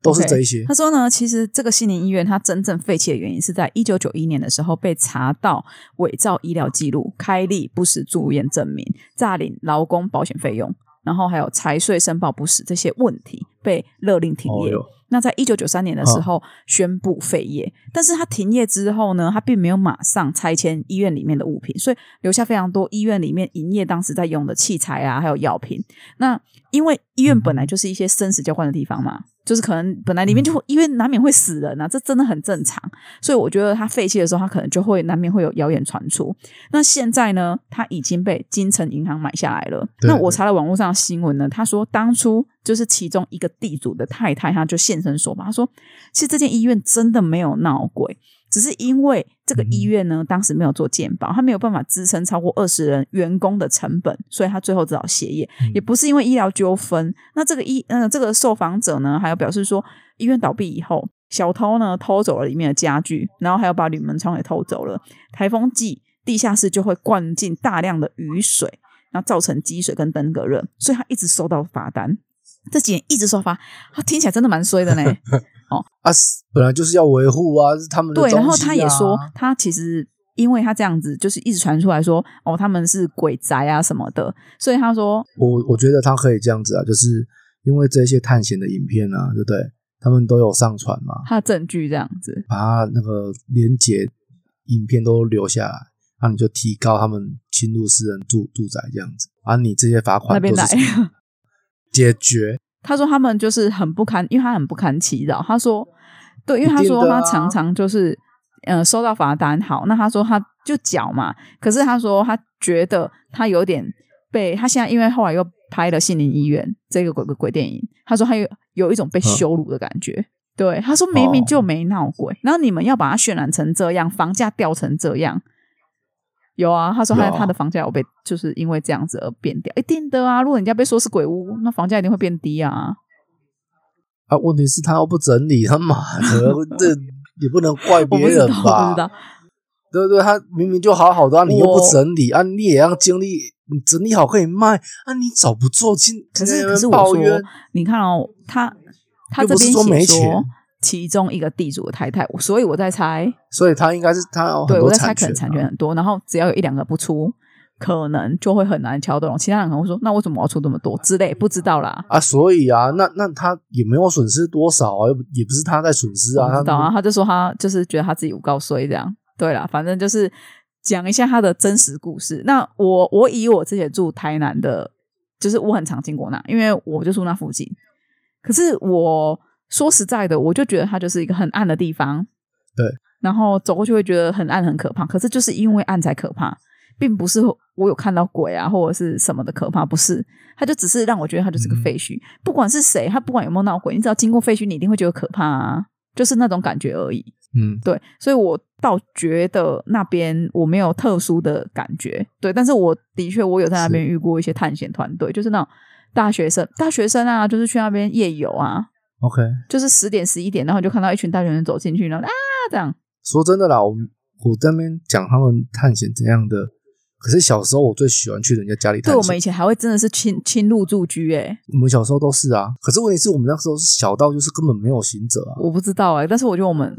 都是 OK，这一些。他说呢，其实这个心灵医院它真正废弃的原因是在一九九一年的时候被查到伪造医疗记录、开立不实住院证明、诈领劳工保险费用，然后还有财税申报不实这些问题被勒令停哦业。哟，那在一九九三年的时候宣布废业，但是他停业之后呢，他并没有马上拆迁医院里面的物品，所以留下非常多医院里面营业当时在用的器材啊，还有药品。那因为医院本来就是一些生死交关的地方嘛，就是可能本来里面就会，因为难免会死人啊，这真的很正常。所以我觉得他废弃的时候，他可能就会难免会有谣言传出。那现在呢，他已经被金城银行买下来了。对那我查了网络上的新闻呢，他说当初就是其中一个地主的太太，她就现身说法，她说其实这间医院真的没有闹鬼，只是因为这个医院呢，当时没有做健保，它没有办法支撑超过二十人员工的成本，所以他最后只好歇业。也不是因为医疗纠纷，那这个医呃这个受访者呢，还有表示说，医院倒闭以后，小偷呢偷走了里面的家具，然后还有把铝门窗给偷走了。台风季，地下室就会灌进大量的雨水，然后造成积水跟登革热，所以他一直收到罚单。这几年一直收罚，他听起来真的蛮衰的呢。啊，是本来就是要维护啊，是他们的对，然后东西他也啊说，他其实因为他这样子，就是一直传出来说，哦，他们是鬼宅啊什么的，所以他说，我我觉得他可以这样子啊，就是因为这些探险的影片啊，对不对？他们都有上传嘛，他的证据这样子，把他那个连结影片都留下来，那你就提高他们侵入私人住住宅这样子，啊，你这些罚那款边都来是。 <laughs> 解决，他说他们就是很不堪，因为他很不堪其扰。他说，对，因为他一说定的他啊常常就是，呃，收到罚单，好，那他说他就缴嘛，可是他说他觉得他有点被他现在，因为后来又拍了《心灵医院》这个鬼鬼鬼电影，他说他有有一种嗯被羞辱的感觉。对，他说明哦明就没闹鬼，然后你们要把它渲染成这样，房价掉成这样。有啊，他说他有啊他的房价有被，就是因为这样子而变掉，一定的啊。如果人家被说是鬼屋，那房价一定会变低啊。啊，问题是他又不整理，他妈的，这也不能怪我别不知人道， <laughs> 我不吧知？道。对不对？他明明就好好的、啊，你又不我整理啊，你也要经历，你整理好可以卖啊，你早不做进，可在是那可边是抱我说怨，你看哦，他他又这不是边说没写钱说其中一个地主的太太，所以我在猜，所以他应该是他有很对我多在产猜可权、能啊，产权很多，然后只要有一两个不出，可能就会很难敲得拢。其他人可能会说，那为什么我要出这么多之类，不知道啦。啊，所以啊，那那他也没有损失多少啊，又不也不是他在损失我啊，不知道啊，他他就说他就是觉得他自己无告衰这样。对啦，反正就是讲一下他的真实故事。那我我以我之前住台南的，就是我很常经过那，因为我就住那附近。可是我说实在的，我就觉得它就是一个很暗的地方。对，然后走过去会觉得很暗很可怕，可是就是因为暗才可怕，并不是我有看到鬼啊或者是什么的可怕，不是，它就只是让我觉得它就是个嗯废墟。不管是谁，他不管有没有闹鬼，你只要经过废墟，你一定会觉得可怕啊，就是那种感觉而已。嗯，对，所以我倒觉得那边我没有特殊的感觉，对，但是我的确我有在那边遇过一些探险团队，就是那种大学生，大学生啊，就是去那边夜游啊， OK。就是十点十一点，然后你就看到一群大学生走进去，然后啊这样，说真的啦，我们我在那边讲他们探险怎样的，可是小时候我最喜欢去人家家里探险，对我们以前还会真的是侵侵入住居、欸，我们小时候都是啊。可是问题是我们那时候是小到就是根本没有行者啊，我不知道哎、但是我觉得我们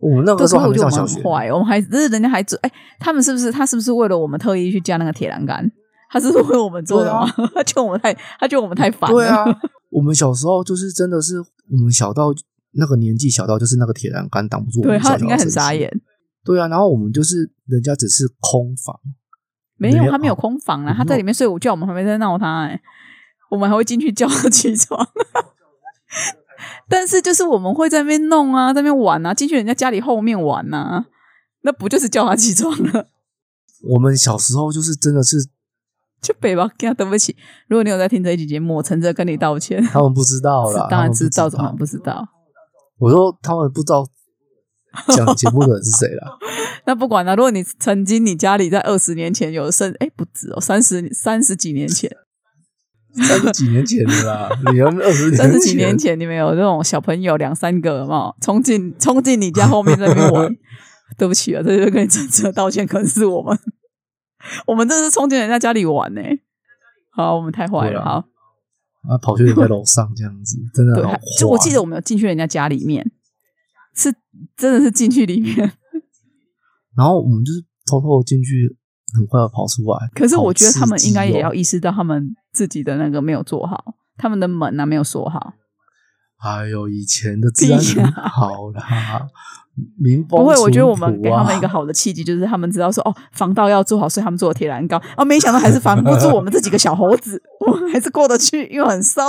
我哦们那对，个时所候以还我没觉得上我们小学很，坏，我们还只是人家还做，哎、他们是不是他是不是为了我们特意去架那个铁栏杆？ <laughs> 他是为我们做的吗？ <laughs> 他觉得我们太，他觉得我们太烦啊了。对啊，我们小时候就是真的是我们小到那个年纪小到就是那个铁栏杆挡不住我对们小他小应该的很身傻形眼。对啊，然后我们就是人家只是空房，没有，没有他没有空房啊啦，他在里面哦睡午觉，我们还没在闹他哎、我们还会进去叫他起床。 <laughs> 但是就是我们会在那边弄啊，在那边玩啊，进去人家家里后面玩啊，那不就是叫他起床了？我们小时候就是真的是就北吧，跟他对不起，如果你有在听这一集节目，我诚挚地跟你道歉。 <laughs> 他们不知道啦，当他然们不知知道，怎么不知道？我说他们不知道讲节目的人是谁 <laughs> 啦。那不管了、如果你曾经你家里在二十年前有剩，哎，不止哦，三十三十几年 <laughs> 前，三十几年前的啦，你要二十年前三十几年前你们有那种小朋友两三个有没有冲进冲进你家后面在那边 <laughs> 玩？对不起啊，这就跟你诚挚的道歉，可能是我们，我们这是冲进人家家里玩呢、好，我们太坏对了。啊好，啊，跑去人家楼上这样子，真的对好啊坏。，就我记得我们有进去人家家里面，是真的是进去里面，然后我们就是偷偷进去，很快的跑出来。可是我好觉得他们刺激应该也要哦。意识到他们自己的那个没有做好，他们的门啊没有锁好。哎呦，以前的治安 <laughs> 屁很呀好啦，民风不会，我觉得淳我们朴给他们啊一个好的契机，就是他们知道说哦，防盗要做好，所以他们做了铁栏杆。 <laughs> 哦，没想到还是防不住我们这几个小猴子，我们还是过得去，因为很瘦。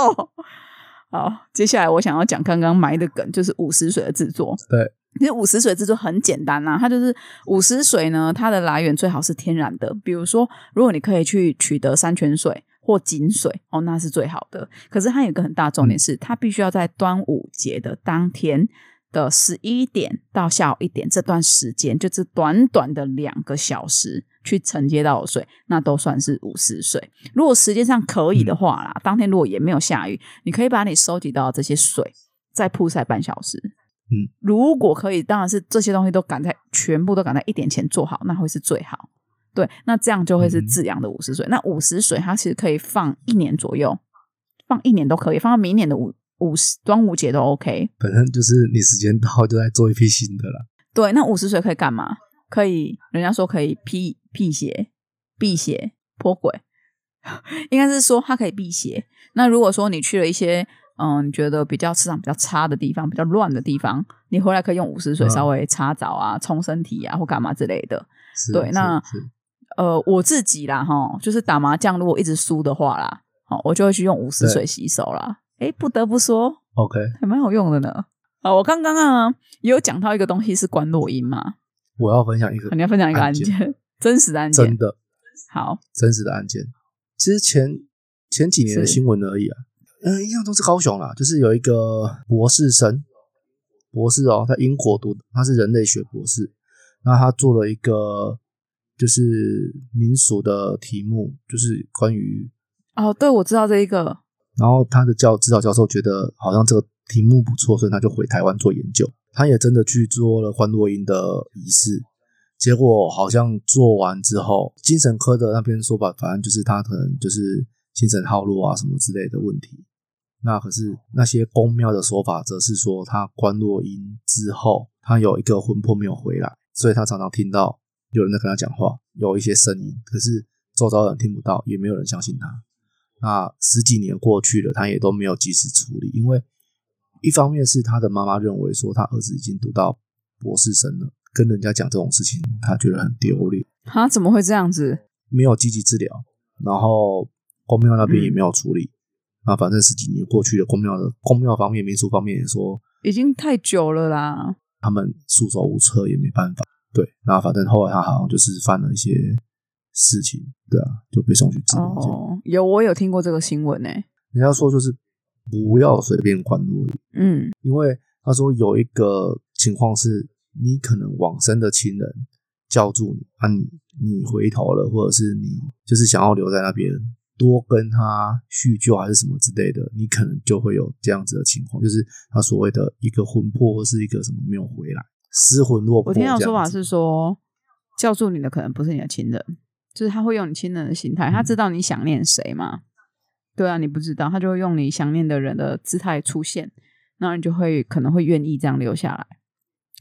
好，接下来我想要讲刚刚埋的梗，就是五十水的制作。对，其实五十水制作很简单呐、它就是五十水呢，它的来源最好是天然的，比如说，如果你可以去取得山泉水或井水，哦，那是最好的。可是它有一个很大重点是，它必须要在端午节的当天。的十一点到下午一点这段时间，就是短短的两个小时去承接到水，那都算是五十水。如果时间上可以的嗯话啦，当天如果也没有下雨，你可以把你收集到的这些水再曝晒半小时。嗯，如果可以，当然是这些东西都赶在全部都赶在一点前做好，那会是最好。对，那这样就会是嗯自养的五十水。那五十水它其实可以放一年左右，放一年都可以，放到明年的五五十端午节都 OK。反正就是你时间到就再做一批新的啦。对，那五十水可以干嘛？可以，人家说可以辟辟邪、辟邪、泼鬼， <laughs> 应该是说它可以辟邪。那如果说你去了一些嗯，你觉得比较磁场比较差的地方、比较乱的地方，你回来可以用五十水嗯稍微擦澡啊、冲身体啊或干嘛之类的。是对是那是呃，我自己啦，哈，就是打麻将如果一直输的话啦，哦，我就会去用五十对水洗手啦。诶，不得不说， OK，还蛮好用的呢。啊，我刚刚啊也有讲到一个东西是关落音嘛，我要分享一个你要分享一个案案件， <laughs> 件真实的案真件。的好，真实的案件，其实前前几年的是新闻而已啊。嗯，印象中是高雄啦，就是有一个博士生，博士哦，在英国读，他是人类学博士，那他做了一个就是民俗的题目，就是关于，哦，对，我知道这一个，然后他的教指导教授觉得好像这个题目不错，所以他就回台湾做研究，他也真的去做了欢洛因的仪式，结果好像做完之后，精神科的那边说法，反正就是他可能就是精神耗弱啊什么之类的问题。那可是那些公庙的说法，则是说他关落音之后，他有一个魂魄没有回来，所以他常常听到有人在跟他讲话，有一些声音，可是周遭的人听不到，也没有人相信他。那十几年过去了，他也都没有及时处理，因为一方面是他的妈妈认为说他儿子已经读到博士生了，跟人家讲这种事情，他觉得很丢脸，啊，怎么会这样子？没有积极治疗，然后公庙那边也没有处理。那反正十几年过去了，公庙的公庙方面、民俗方面也说已经太久了啦。他们束手无策，也没办法。对，然后反正后来他好像就是犯了一些事情，对啊，就被送去治疗。这样哦，有我有听过这个新闻欸呢、人家说就是不要随便关落嗯，因为他说有一个情况是，你可能往生的亲人叫住你，啊你你回头了，或者是你就是想要留在那边多跟他叙旧还是什么之类的，你可能就会有这样子的情况，就是他所谓的一个魂魄或是一个什么没有回来，失魂落魄我这听样到子。的说法是说，叫住你的可能不是你的亲人，就是他会用你亲人的心态，嗯他知道你想念谁嘛。对啊，你不知道，他就会用你想念的人的姿态出现，那你就会可能会愿意这样留下来。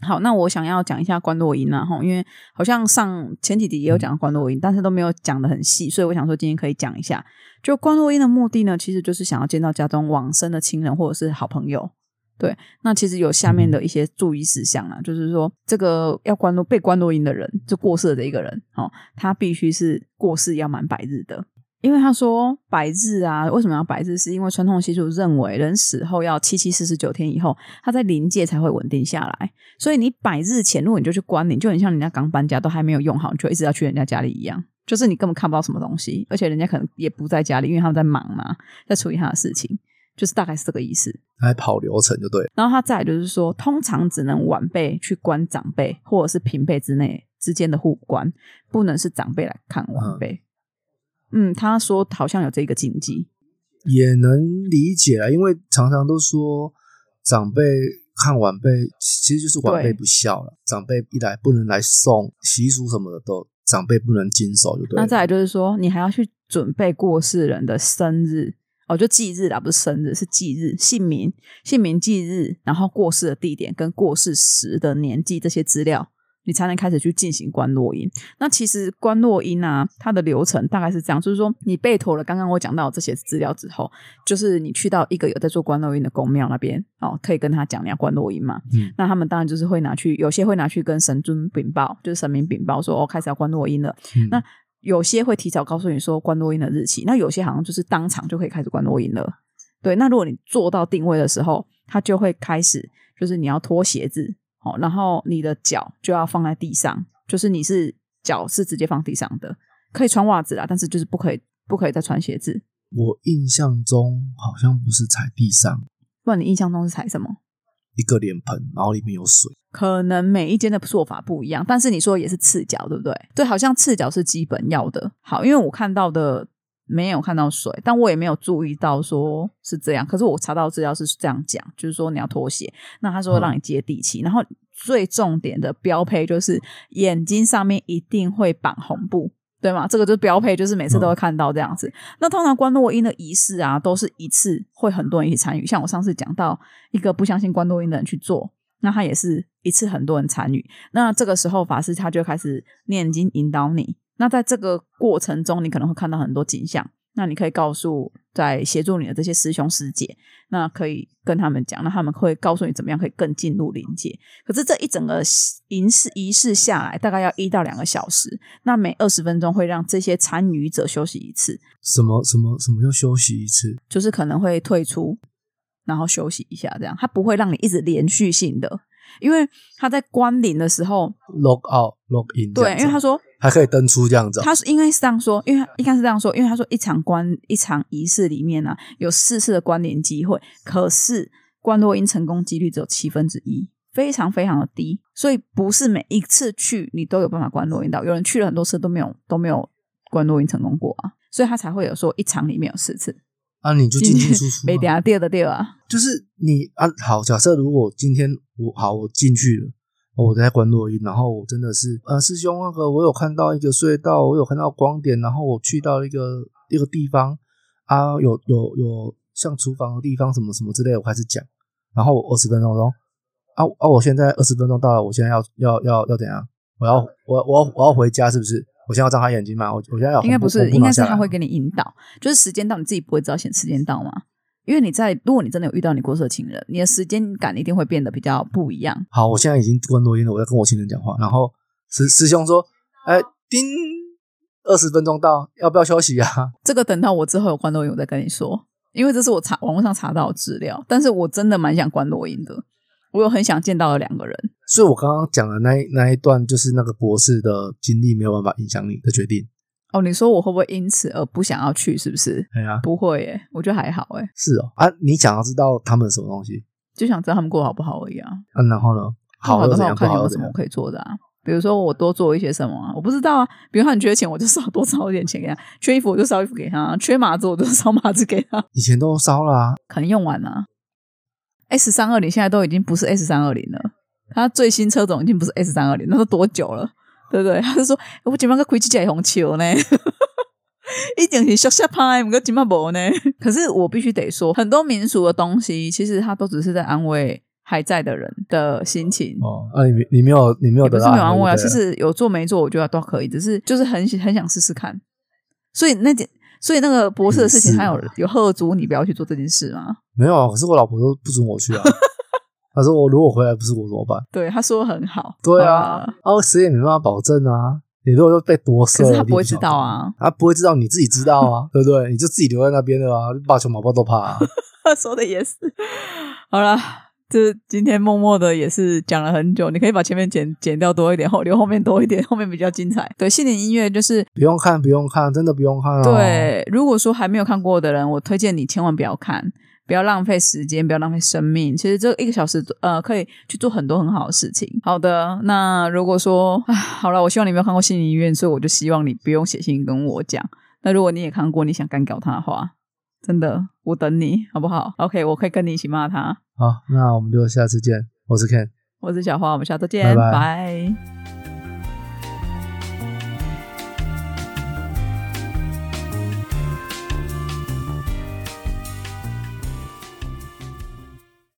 好，那我想要讲一下关洛音啊，吼，因为好像上前几集也有讲到关洛音，但是都没有讲的很细，所以我想说今天可以讲一下。就关洛音的目的呢，其实就是想要见到家中往生的亲人或者是好朋友。对，那其实有下面的一些注意事项啊，就是说这个要关洛被关洛音的人，就过世的这一个人，哦，他必须是过世要满百日的。因为他说百日啊，为什么要百日？是因为传统习俗认为人死后要七七四十九天以后，他在临界才会稳定下来。所以你百日前，如果你就去关，你就很像人家刚搬家都还没有用好，你就一直要去人家家里一样，就是你根本看不到什么东西，而且人家可能也不在家里，因为他们在忙嘛，在处理他的事情，就是大概是这个意思。他还跑流程就对了，然后他再来就是说，通常只能晚辈去关长辈或者是平辈之内之间的互关，不能是长辈来看晚辈。嗯他说好像有这个禁忌。也能理解啊，因为常常都说长辈看晚辈，其其实就是晚辈对不孝了，长辈一来不能来送习俗什么的都。长辈不能经手就对了。那再来就是说，你还要去准备过世人的生日哦，就忌日啦，不是生日，是忌日、姓名、姓名、忌日，然后过世的地点跟过世时的年纪这些资料，你才能开始去进行关落音。那其实关落音啊，它的流程大概是这样，就是说你备妥了刚刚我讲到这些资料之后，就是你去到一个有在做关落音的公庙那边哦，可以跟他讲你要关落音嘛。嗯那他们当然就是会拿去，有些会拿去跟神尊禀报，就是神明禀报说哦，开始要关落音了。嗯那有些会提早告诉你说关落音的日期，那有些好像就是当场就可以开始关落音了。对，那如果你做到定位的时候，它就会开始，就是你要脱鞋子，哦，然后你的脚就要放在地上，就是你是脚是直接放地上的，可以穿袜子啦，但是就是不可以不可以再穿鞋子。我印象中好像不是踩地上不然你印象中是踩什么？一个脸盆，然后里面有水，可能每一间的做法不一样，但是你说也是赤脚，对不对？对，好像赤脚是基本要的。好，因为我看到的没有看到水，但我也没有注意到说是这样。可是我查到资料是这样讲，就是说你要脱鞋，那他嗯说让你接地气，然后最重点的标配就是眼睛上面一定会绑红布。对吗？这个就是标配，就是每次都会看到这样子。那通常关落音的仪式啊，都是一次会很多人一起参与。像我上次讲到一个不相信关落音的人去做，那他也是一次很多人参与。那这个时候法师他就开始念经引导你。那在这个过程中，你可能会看到很多景象。那你可以告诉在协助你的这些师兄师姐，那可以跟他们讲，那他们会告诉你怎么样可以更进入灵界。可是这一整个仪式仪式下来，大概要一到两个小时。那每二十分钟会让这些参与者休息一次，什么什么什么要休息一次，就是可能会退出，然后休息一下，这样它不会让你一直连续性的，因为他在关林的时候， log out log in，这对，样子啊因为他说还可以登出这样子哦，他是应该是这样说，因为他应该是这样说，因为他说一场关一场仪式里面呢、啊、有四次的关联机会，可是关落音成功几率只有七分之一，非常非常的低，所以不是每一次去你都有办法关落音到，有人去了很多次都没有都没有关落音成功过啊，所以他才会有说一场里面有四次，啊，你就进进出出 <laughs> 没啊，掉掉的掉啊，就是你啊，好，假设如果今天我好，我进去了。我在关录音，然后我真的是，呃，师兄，那个我有看到一个隧道，我有看到光点，然后我去到一个一个地方啊，有有有像厨房的地方什么什么之类的，我开始讲，然后我二十分钟钟，啊啊，我现在二十分钟到了，我现在要要要要怎样？我要我我要我要回家是不是？我现在要张开眼睛吗？我我现在要应该不红是，布应该拿是下来他会给你引导，就是时间到你自己不会知道现时间到吗？因为你在，如果你真的有遇到你过世的情人，你的时间感一定会变得比较不一样。好，我现在已经关录音了，我在跟我亲人讲话。然后师师兄说：“哎，叮，二十分钟到，要不要休息啊这个等到我之后有关录音，我再跟你说，因为这是我查网络上查到的资料。但是我真的蛮想关录音的，我有很想见到的两个人。？”所以，我刚刚讲的那一那一段，就是那个博士的经历没有办法影响你的决定。哦，你说我会不会因此而不想要去？是不是？哎呀、不会耶，我觉得还好哎，是哦啊，你想要知道他们什么东西就想知道他们过得好不好而已啊。啊？然后呢？好好又的怎话，样？我不看好有没又有怎什么样？可以做的啊。比如说我多做一些什么啊，我不知道啊。比如他很缺钱，我就少多少一点钱给他；缺衣服我就烧衣服给他；缺麻子我就烧麻子给他。以前都烧啊啦、可能用完了、S 三二零现在都已经不是 S 三二零了，它最新车种已经不是 S 三二零，那都多久了？对不对？他就说：“欸我今晚个开起来红哦球呢， <laughs> 一定是小下拍，我个今晚无呢。” <laughs> 可是我必须得说，很多民俗的东西，其实它都只是在安慰还在的人的心情。哦，啊，你没你没有你没有也不得是到没有安慰啊，对其不对实有做没做，我觉得都可以，只是就是很很想试试看。所以那件，所以那个博士的事情，嗯是还有啊有喝足你不要去做这件事吗？没有啊。可是我老婆都不准我去啊。 <laughs> 她说我如果回来不是我怎么办？对，他说得很好，对好啊 <laughs> 啦，哦，谁也没办法保证啊。你如果又被夺舍可了，是他你不会晓知得道啊。啊，不会知道，你自己知道啊， <laughs> 对不对？你就自己留在那边了啊，爸球毛包都怕啊。 <laughs> 说的也是。好了，这今天默默的也是讲了很久，你可以把前面剪剪掉多一点，后留后面多一点，后面比较精彩。对，信灵音乐就是不用看，不用看，真的不用看哦。，对，如果说还没有看过的人，我推荐你千万不要看，不要浪费时间，不要浪费生命。其实这一个小时，呃，可以去做很多很好的事情。好的，那如果说，唉好了，我希望你没有看过《心理医院》，所以我就希望你不用写信跟我讲。那如果你也看过，你想干掉他的话，真的，我等你好不好？OK，我可以跟你一起骂他。好，那我们就下次见。我是 Ken。我是小花，我们下周见，拜拜拜